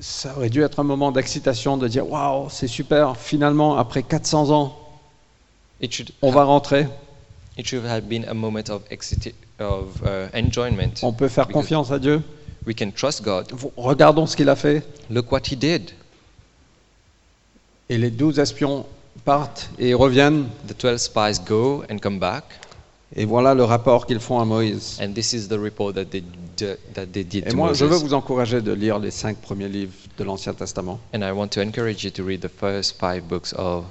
Ça aurait dû être un moment d'excitation, de dire waouh, c'est super, finalement, après 400 ans, It should on va rentrer. It should have been a moment of, excita- of uh, enjoyment. On peut faire Because confiance à Dieu. We can trust God. Vous- Regardons ce qu'il a fait. Look what He did. Et les douze espions partent et reviennent. The 12 spies go and come back, Et voilà le rapport qu'ils font à Moïse. and this is the report that they, d- that they did Et to moi, je veux Moses. vous encourager de lire les cinq premiers livres de l'Ancien Testament. And I want to encourage you to read the first five books of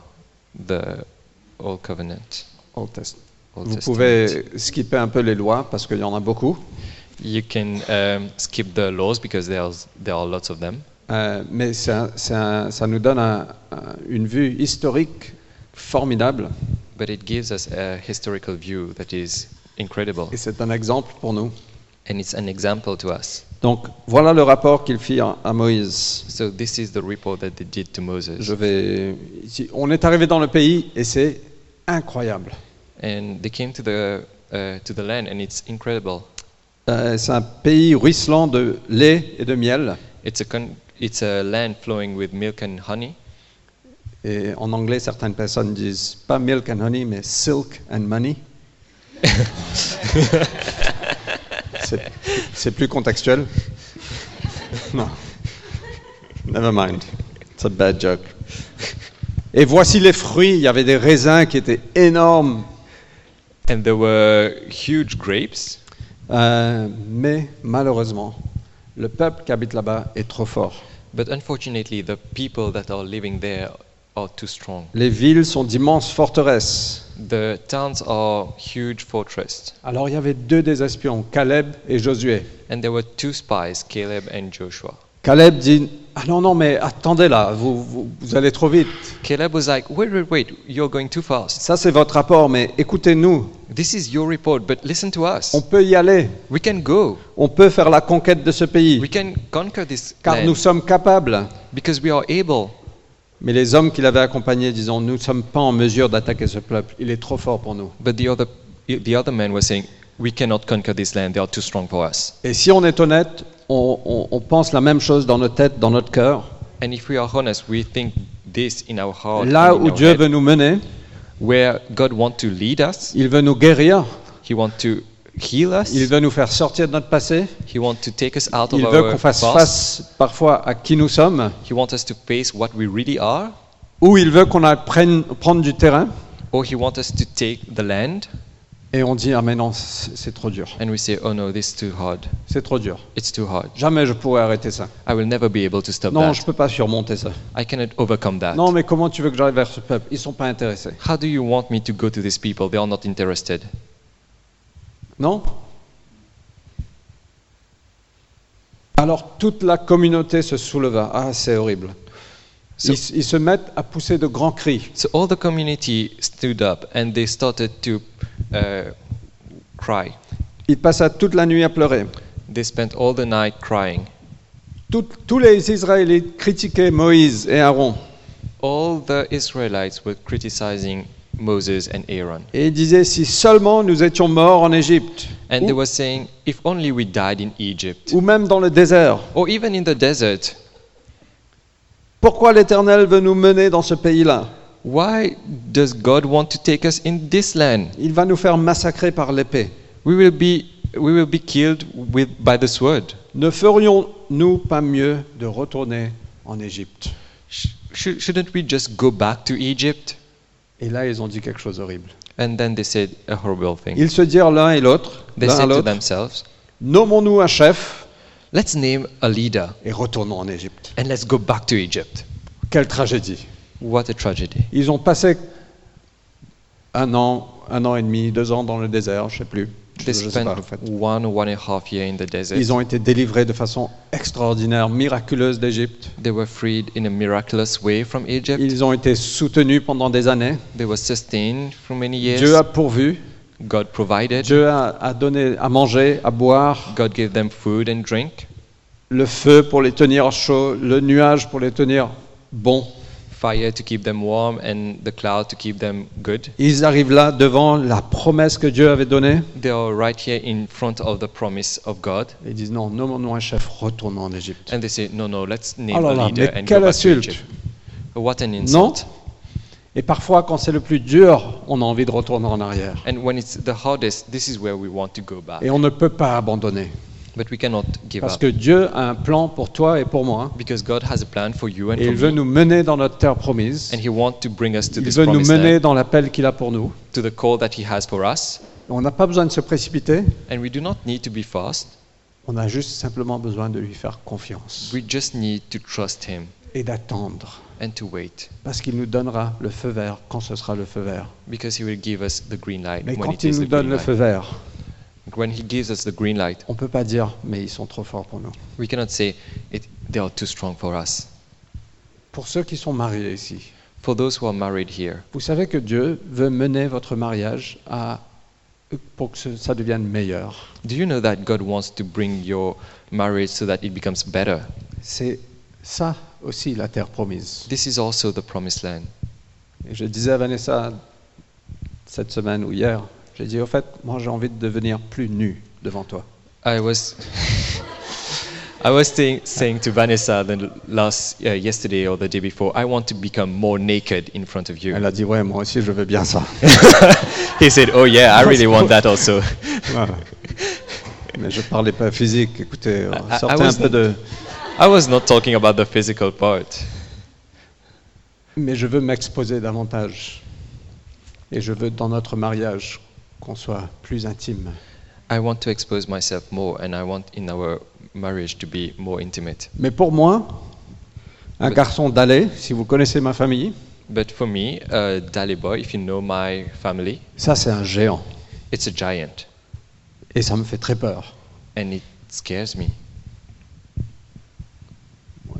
the Old Covenant. Old Test- Old Vous Testament. pouvez skipper un peu les lois parce qu'il y en a beaucoup. You can um, skip the laws because there's, there are lots of them. Euh, mais c'est un- c'est un- ça nous donne un- un- une vue historique formidable. But it gives us a historical view that is incredible. Et c'est un exemple pour nous. And it's an example to us. Donc voilà le rapport qu'ils firent à Moïse. So this is the report that they did to Moses. Je vais... ici- On est arrivé dans le pays et c'est incroyable. and they came to the uh, to the land and it's incredible Euh, c'est un pays ruisselant de lait et de miel. it's a con- it's a land flowing with milk and honey Et en anglais, certaines personnes disent pas milk and honey, mais silk and money. c'est, c'est plus contextuel. Non. Never mind. It's a bad joke. Et voici les fruits. Il y avait des raisins qui étaient énormes, and there were huge grapes Euh, mais malheureusement, Le peuple qui habite là-bas est trop fort. But unfortunately, the people that are living there are too strong. Les villes sont d'immenses forteresses. The towns are huge fortresses. Alors il y avait deux des espions, Caleb et Josué. And there were two spies, Caleb and Joshua. Caleb dit Ah non, non, mais attendez là, vous, vous, vous allez trop vite. Caleb was like, wait, wait, wait, you're going too fast. Ça, c'est votre rapport, mais écoutez-nous, This is your report, but listen to us. on peut y aller, We can go. on peut faire la conquête de ce We pays, can conquer this car nous land sommes capables. because we are able. Mais les hommes qui l'avaient accompagné disons Nous ne sommes pas en mesure d'attaquer ce peuple, il est trop fort pour nous. But the other, the other men were saying, we cannot conquer this land. They are too strong for us. Et si on est honnête, on, on- on pense la même chose dans nos têtes, dans notre cœur. And if we are honest, we think this in our heart, Là and in où our Dieu head, veut nous mener, where God wants to lead us, il veut nous guérir, He wants to heal us. il veut nous faire sortir de notre passé, He wants to take us out of il veut our qu'on fasse past. face parfois à qui nous sommes, He wants us to face what we really are, ou il veut qu'on apprenne prendre du terrain. or He wants us to take the land. Et on dit, ah mais non, c'est c'est trop dur, And we say, oh no, this is too hard. c'est trop dur. It's too hard. Jamais je pourrais arrêter ça. I will never be able to stop Non, that. je ne peux pas surmonter ça. I cannot overcome that. Non, mais comment tu veux que j'aille vers ce peuple Ils ne sont pas intéressés. How do you want me to go to these people? They are not interested. Non Alors toute la communauté se souleva. Ah, c'est horrible. So- Ils, ils se mettent à pousser de grands cris. So all the community stood up and they started to uh, cry. Ils passa toute la nuit à pleurer. They spent all the night crying. Tout- tous les Israélites critiquaient Moïse et Aaron. All the Israelites were criticizing Moses and Aaron. Et ils disaient, si seulement nous étions morts en Égypte, And they ou, were saying, if only we died in Egypt, ou même dans le désert, or even in the desert, pourquoi l'Éternel veut nous mener dans ce pays-là why does God want to take us in this land? Il va nous faire massacrer par l'épée. We will be, we will be killed with, by the sword. Ne ferions-nous pas mieux de retourner en Égypte Sh- sh- shouldn't we just go back to Egypt? Et là, ils ont dit quelque chose d'horrible. And then they said a horrible thing. Ils se dirent l'un et l'autre, They l'un à said to l'autre, themselves, nommons-nous un chef let's name a leader et retournons en Égypte. and let's go back to Egypt. Quelle tragédie. What a tragedy. Ils ont passé un an, un an et demi, deux ans dans le désert, je ne sais plus. Je, They je sais pas, en spent fait. one or one and a half year in the desert. Ils ont été délivrés de façon extraordinaire, miraculeuse d'Égypte. They were freed in a miraculous way from Egypt. Ils ont été soutenus pendant des années. They were sustained for many Dieu years. a pourvu, God provided. Dieu a, a donné à manger, à boire, God gave them food and drink, le feu pour les tenir chauds, le nuage pour les tenir bons. fire to keep them warm, and the cloud to keep them good. Ils arrivent là devant la promesse que Dieu avait donnée. They are right here in front of the promise of God. Ils disent non, nommons-nous un chef, retournons en Égypte. And they say, no, no, let's name Oh là a là, leader mais and quelle go back to insulte. Egypt. What an Non insult. Et parfois, quand c'est le plus dur, on a envie de retourner en arrière. And when it's the hardest, this is where we want to go back. Et on ne peut pas abandonner. But we cannot give Parce up. que Dieu a un plan pour toi et pour moi. Because God has a plan for you and Et il for veut me. nous mener dans notre terre promise. And He wants to bring us to Il this veut nous promised mener land, dans l'appel qu'il a pour nous. to the call that He has for us. On n'a pas besoin de se précipiter. And we do not need to be fast. On a juste simplement besoin de lui faire confiance We just need to trust Him et d'attendre. and to wait. Parce qu'il nous donnera le feu vert quand ce sera le feu vert. Because He will give us the green light Mais when it quand il is the nous donne green le light. feu vert, When He gives us the green light, on ne peut pas dire mais ils sont trop forts pour nous. we cannot say it, they are too strong for us. Pour ceux qui sont mariés ici, For those who are married here, vous savez que Dieu veut mener votre mariage à, pour que ce- ça devienne meilleur. do you know that God wants to bring your marriage so that it becomes better? C'est ça aussi la terre promise. This is also the promised land. Et je disais à Vanessa cette semaine ou hier, j'ai dit au fait, moi j'ai envie de devenir plus nu devant toi. I was I was saying, saying to Vanessa the last uh, yesterday or the day before, I want to become more naked in front of Elle you. a dit ouais, moi aussi je veux bien ça. He said, "Oh yeah, I really want that also." Voilà. Mais je parlais pas physique. Écoutez, euh, I- I sortez un wasn't- peu de. I was not talking about the physical part, Mais je veux m'exposer davantage. Et je veux, dans notre mariage, qu'on soit plus intime. I want to expose myself more, and I want in our marriage to be more intimate. Mais pour moi, un garçon d'aller, si vous connaissez ma famille, But for me, uh, Dalibor, if you know my family, ça c'est un géant. it's a giant Et ça me fait très peur. and it scares me.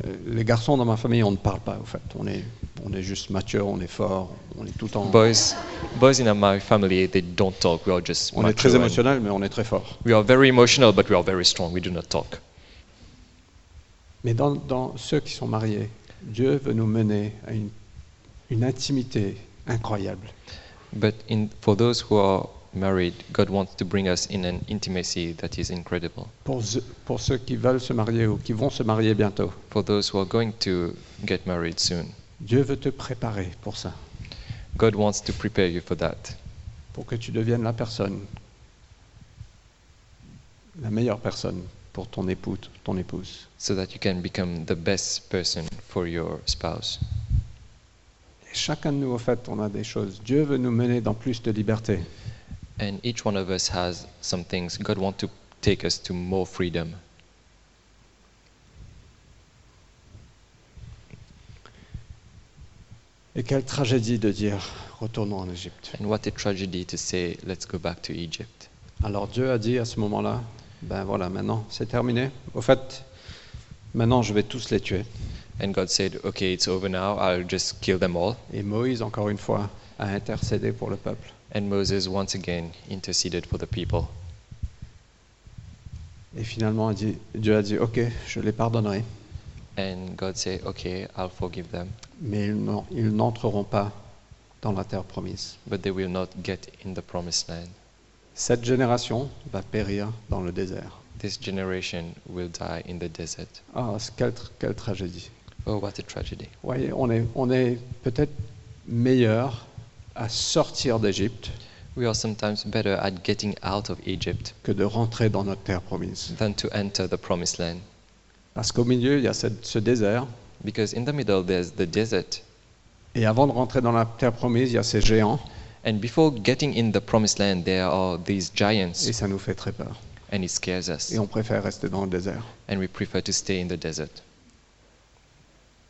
Euh, Les garçons dans ma famille, on ne parle pas, au fait. On est, on est juste mature, on est fort, on est tout le temps. Boys, boys in my family, they don't talk. We are just On est macho très and- émotionnel, mais on est très fort. We are very emotional, but we are very strong. We do not talk. Mais dans, dans ceux qui sont mariés, Dieu veut nous mener à une, une intimité incroyable. But in, for those who are married, God wants to bring us in an intimacy that is incredible. Pour, ze- pour ceux qui veulent se marier ou qui vont se marier bientôt, For those who are going to get married soon, Dieu veut te préparer pour ça, God wants to prepare you for that, pour que tu deviennes la personne, la meilleure personne pour ton époux, ton épouse. so that you can become the best person for your spouse. Et chacun de nous, au fait, on a des choses. Dieu veut nous mener dans plus de liberté. And each one of us has some things. God wants to take us to more freedom. Et quelle tragédie de dire, retournons en Égypte. And what a tragedy to say, let's go back to Egypt. Alors Dieu a dit à ce moment-là, ben voilà, maintenant c'est terminé. Au fait, maintenant je vais tous les tuer. And God said, okay, it's over now. I'll just kill them all. Et Moïse, encore une fois, a intercédé pour le peuple. And Moses once again interceded for the people. Et finalement, a dit- Dieu a dit, ok, je les pardonnerai, And God said, okay, I'll forgive them, mais ils n'en- ils n'entreront pas dans la terre promise. but they will not get in the promised land. Cette génération va périr dans le désert. This generation will die in the desert. Ah, c- quelle, tr- quelle tragédie. Oh, what a tragedy. Vous voyez, on est, on est peut-être meilleur à sortir d'Égypte We are sometimes better at getting out of Egypt que de rentrer dans notre terre promise. than to enter the promised land. Parce qu'au milieu, il y a cette- ce désert. Because in the middle, there's the desert. Et avant de rentrer dans la terre promise, il y a ces géants. And before getting in the promised land, there are these Et giants, ça nous fait très peur. and it scares us. Et on préfère rester dans le désert. And we prefer to stay in the desert.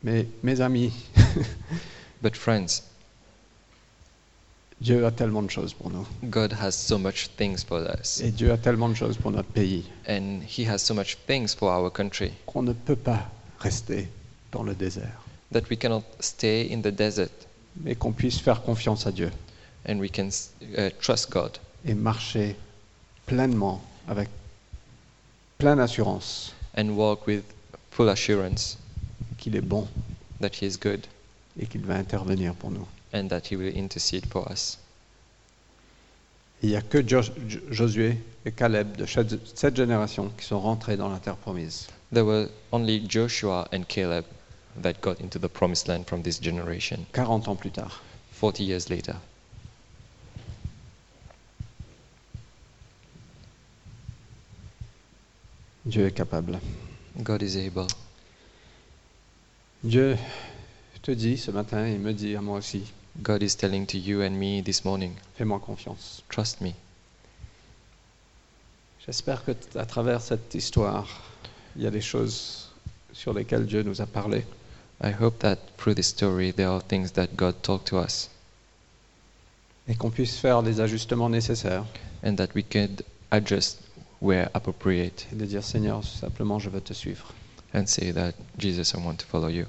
Mais mes amis, But, friends, Dieu a tellement de choses pour nous. God has so much things for us, Et Dieu a tellement de choses pour notre pays and He has so much things for our country. qu'on ne peut pas rester dans le désert. that we cannot stay in the desert Mais qu'on puisse faire confiance à Dieu and we can uh, trust God et marcher pleinement avec pleine assurance and walk with full assurance qu'il est bon that He is good et qu'il va intervenir pour nous. and that He will intercede for us. Et Il n'y a que Jo- Jo- Josué et Caleb de chaque- cette génération qui sont rentrés dans la terre promise. There were only Joshua and Caleb that got into the promised land from this generation 40 ans plus tard. 40 years later. Dieu est capable. God is able. Dieu te dit ce matin et me dit à moi aussi, God is telling to you and me this morning, fais-moi confiance. trust me. J'espère que t- à travers cette histoire, il y a des choses sur lesquelles Dieu nous a parlé. I hope that through this story there are things that God talked to us et qu'on puisse faire les ajustements nécessaires and that we could adjust where appropriate et de dire Seigneur, simplement je veux te suivre. and say that Jesus, I want to follow you.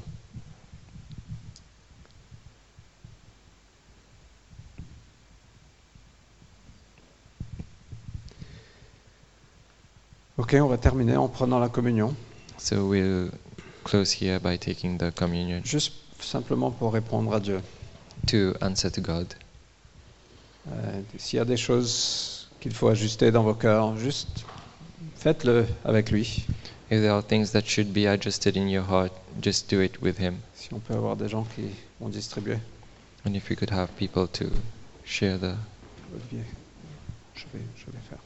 Ok, on va terminer en prenant la communion, So we'll close here by taking the communion juste simplement pour répondre à Dieu. to answer to God. Euh, S'il y a des choses qu'il faut ajuster dans vos cœurs, juste faites-le avec lui. If there are things that should be adjusted in your heart, just do it with Him. Si on peut avoir des gens qui ont distribué. And if we could have people to share the. Olivier, je vais, je vais faire.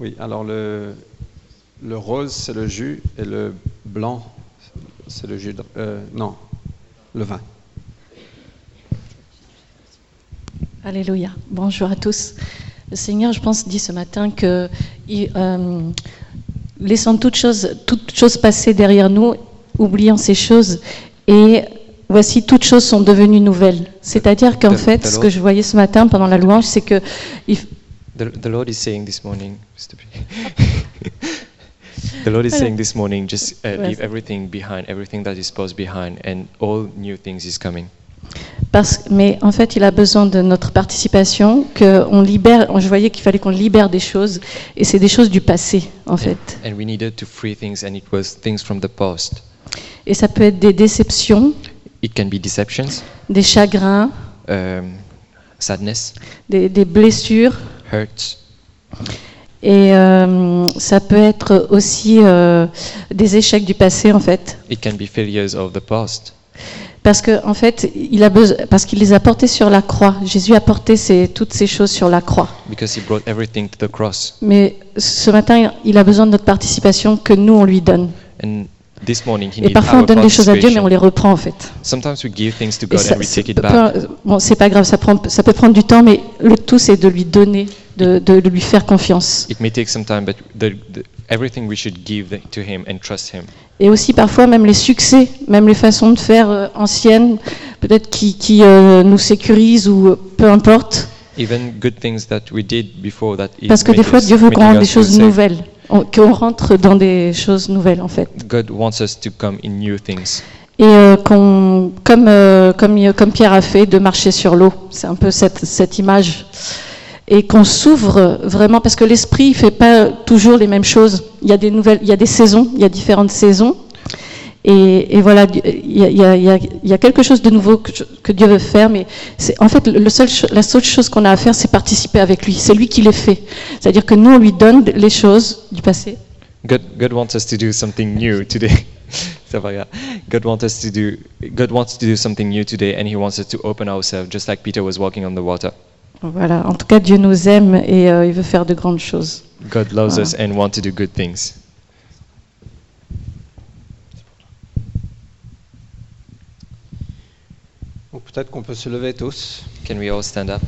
Oui, alors le, Le rose, c'est le jus, et le blanc, c'est le jus. de- euh, non, le vin. Alléluia. Bonjour à tous. Le Seigneur, je pense, dit ce matin que il, euh, laissons toutes choses, toutes choses passer derrière nous, oublions ces choses, et voici toutes choses sont devenues nouvelles. C'est-à-dire qu'en Tout à- fait, tout à ce l'heure. que je voyais ce matin pendant la louange, c'est que il f- The, the Lord is saying this morning, Mr. P. the Lord is saying this morning, just uh, Yes. leave everything behind, everything that is supposed behind, and all new things is coming. Parce, mais en fait, il a besoin de notre participation, que on libère. Je voyais qu'il fallait qu'on libère des choses, et c'est des choses du passé, en fait. And we needed to free things, and it was things from the past. Et ça peut être des déceptions, It can be deceptions, des chagrins, um, sadness, des, des blessures, hurts, et euh, ça peut être aussi euh, des échecs du passé, en fait. it can be failures of the past. Parce que, en fait, il a besoin, parce qu'il les a portés sur la croix. Jésus a porté ces- toutes ces choses sur la croix. Because he brought everything to the cross. Mais ce matin, il a besoin de notre participation que nous on lui donne. And this morning he Et needs parfois, on our donne des choses à Dieu, mais on les participation. reprend en fait. Sometimes we give things to Et God ça, and we take c'est- it back. peu- bon, c'est pas grave, ça, prend, ça peut prendre du temps, mais le tout, c'est de lui donner, de, de lui faire confiance. It may take some time, but the, the, everything we should give the- to him and trust him. Et aussi, parfois, même les succès, même les façons de faire euh, anciennes, peut-être qui, qui, euh, nous sécurisent ou euh, peu importe. Even good things that we did before that is Parce que des make fois, us- Dieu veut qu'on making rentre des us feel choses safe. nouvelles, on- qu'on rentre dans des choses nouvelles en fait. God wants us to come in new things. Et euh, qu'on, comme, euh, comme, comme Pierre a fait, de marcher sur l'eau. C'est un peu cette, cette image. Et qu'on s'ouvre vraiment, parce que l'esprit ne fait pas toujours les mêmes choses. Il y a des nouvelles, il y a des saisons, il y a différentes saisons. Et, et voilà, du- il y, a, il y a- il y a- il y a quelque chose de nouveau que, je- que Dieu veut faire, mais c'est en fait le seul, cho- la seule chose qu'on a à faire, c'est participer avec lui. C'est lui qui les fait. C'est-à-dire que nous, on lui donne les choses du passé. God, God wants us to do something new today. Stuff like that. God wants us to do. God wants to do something new today, and He wants us to open ourselves, just like Peter was walking on the water. Voilà, en tout cas, Dieu nous aime et euh, il veut faire de grandes choses. God loves Wow. us and wants to do good things. Donc, peut-être qu'on peut se lever tous. Can we all stand up?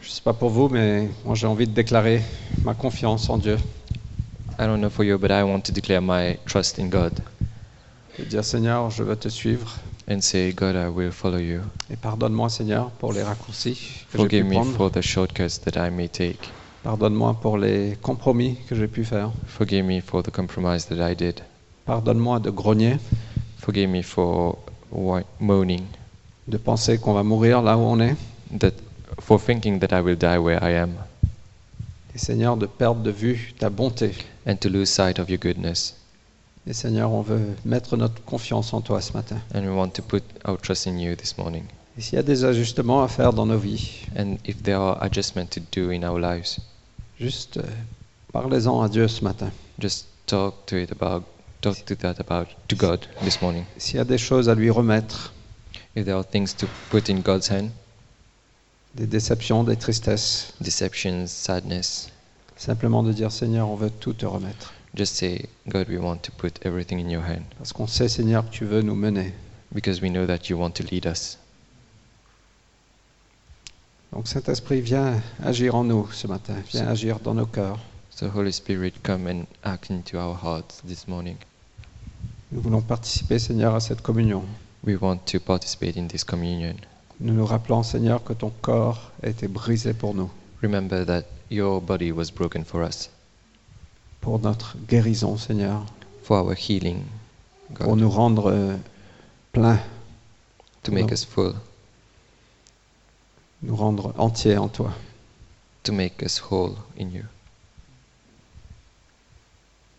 Je ne sais pas pour vous, mais moi j'ai envie de déclarer ma confiance en Dieu. I don't know for you, but I want to declare my trust in God De dire Seigneur, je veux te suivre and say, God, I will follow you. et pardonne-moi Seigneur pour les raccourcis que j'ai pu Forgive me prendre. for the shortcuts that I may take. Pardonne-moi pour les compromis que j'ai pu faire. Forgive me for the compromise that I did. Pardonne-moi de grogner, Forgive me for whi- moaning, de penser qu'on va mourir là où on est. that for thinking that I will die where I am, Et Seigneur, de perdre de vue ta bonté. and to lose sight of your goodness. Et Seigneur, on veut mettre notre confiance en toi ce matin. And we want to put our trust in you this morning. Et s'il y a des ajustements à faire dans nos vies, And if there are adjustments to do in our lives, juste euh, parlez-en à Dieu ce matin. just talk to it about, talk to that about to God this morning. S'il y a des choses à lui remettre, If there are things to put in God's hand, des déceptions, des tristesses, deception, sadness, simplement de dire Seigneur, on veut tout te remettre. just say, God, we want to put everything in your hand Parce qu'on sait, Seigneur, que tu veux nous mener. because we know that you want to lead us. Donc Saint-Esprit, viens agir en nous ce matin. Viens agir dans nos cœurs. So, Holy Spirit, come and act into our hearts this morning. Nous voulons participer, Seigneur, à cette communion. We want to participate in this communion. Nous nous rappelons, Seigneur, que ton corps a été brisé pour nous, Remember that your body was broken for us, pour notre guérison, Seigneur, for our healing, pour God, nous rendre euh, pleins, to make No. us full, nous rendre entiers en toi. to make us whole in you.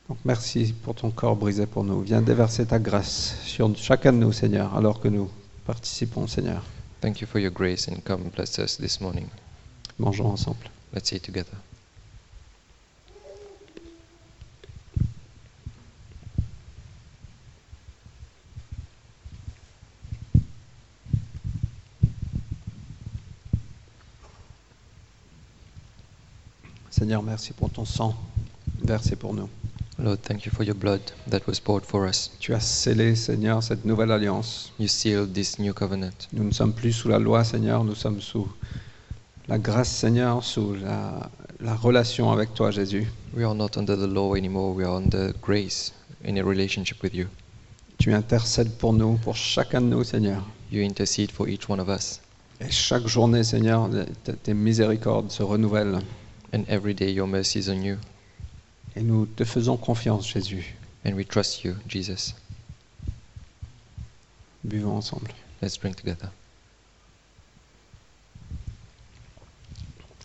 Donc merci pour ton corps brisé pour nous. Viens déverser ta grâce sur chacun de nous, Seigneur, alors que nous participons, Seigneur. Thank you for your grace and come bless us this morning. Mangeons ensemble. Let's eat together. Seigneur, merci pour ton sang versé pour nous. Lord, thank you for your blood that was poured for us. Tu as scellé, Seigneur, cette nouvelle alliance. You sealed this new covenant. Nous ne sommes plus sous la loi, Seigneur, nous sommes sous la grâce, Seigneur, sous la, la relation avec toi, Jésus. We are not under the law anymore, we are under grace in a relationship with you. Tu intercèdes pour nous, pour chacun de nous, Seigneur. You intercede for each one of us, Et chaque journée, Seigneur, tes- tes miséricordes se renouvellent. and every day your mercy is on you. Et nous te faisons confiance, Jésus. And we trust you, Jesus. Buvons ensemble. Let's drink together.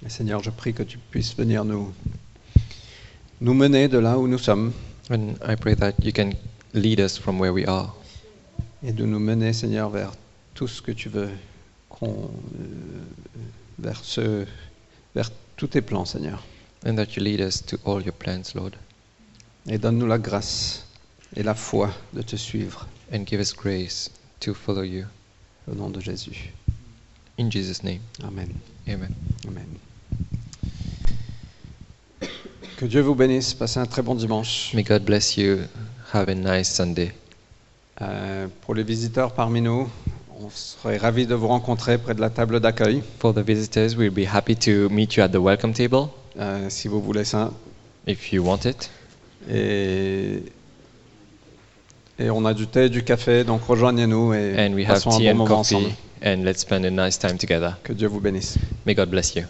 Et Seigneur, je prie que tu puisses venir nous, nous mener de là où nous sommes And I pray that you can lead us from where we are et de nous mener, Seigneur, vers tout ce que tu veux, qu'on, euh, vers, ce, vers tous tes plans, Seigneur. and that you lead us to all your plans, Lord. Et donne-nous la grâce et la foi de te suivre, And give us grace to follow you. au nom de Jésus. In Jesus' name, Amen. amen. Amen. Que Dieu vous bénisse. Passez un très bon dimanche. May God bless you. Have a nice Sunday. Euh, pour les visiteurs parmi nous, on serait ravis de vous rencontrer près de la table d'accueil. For the visitors, we'll be happy to meet you at the welcome table Euh, si vous voulez ça. if you want it. Et, et on a du thé et du café, donc rejoignez-nous et And we have passons un tea bon and moment coffee, ensemble. and let's spend a nice time together. Que Dieu vous bénisse. May God bless you.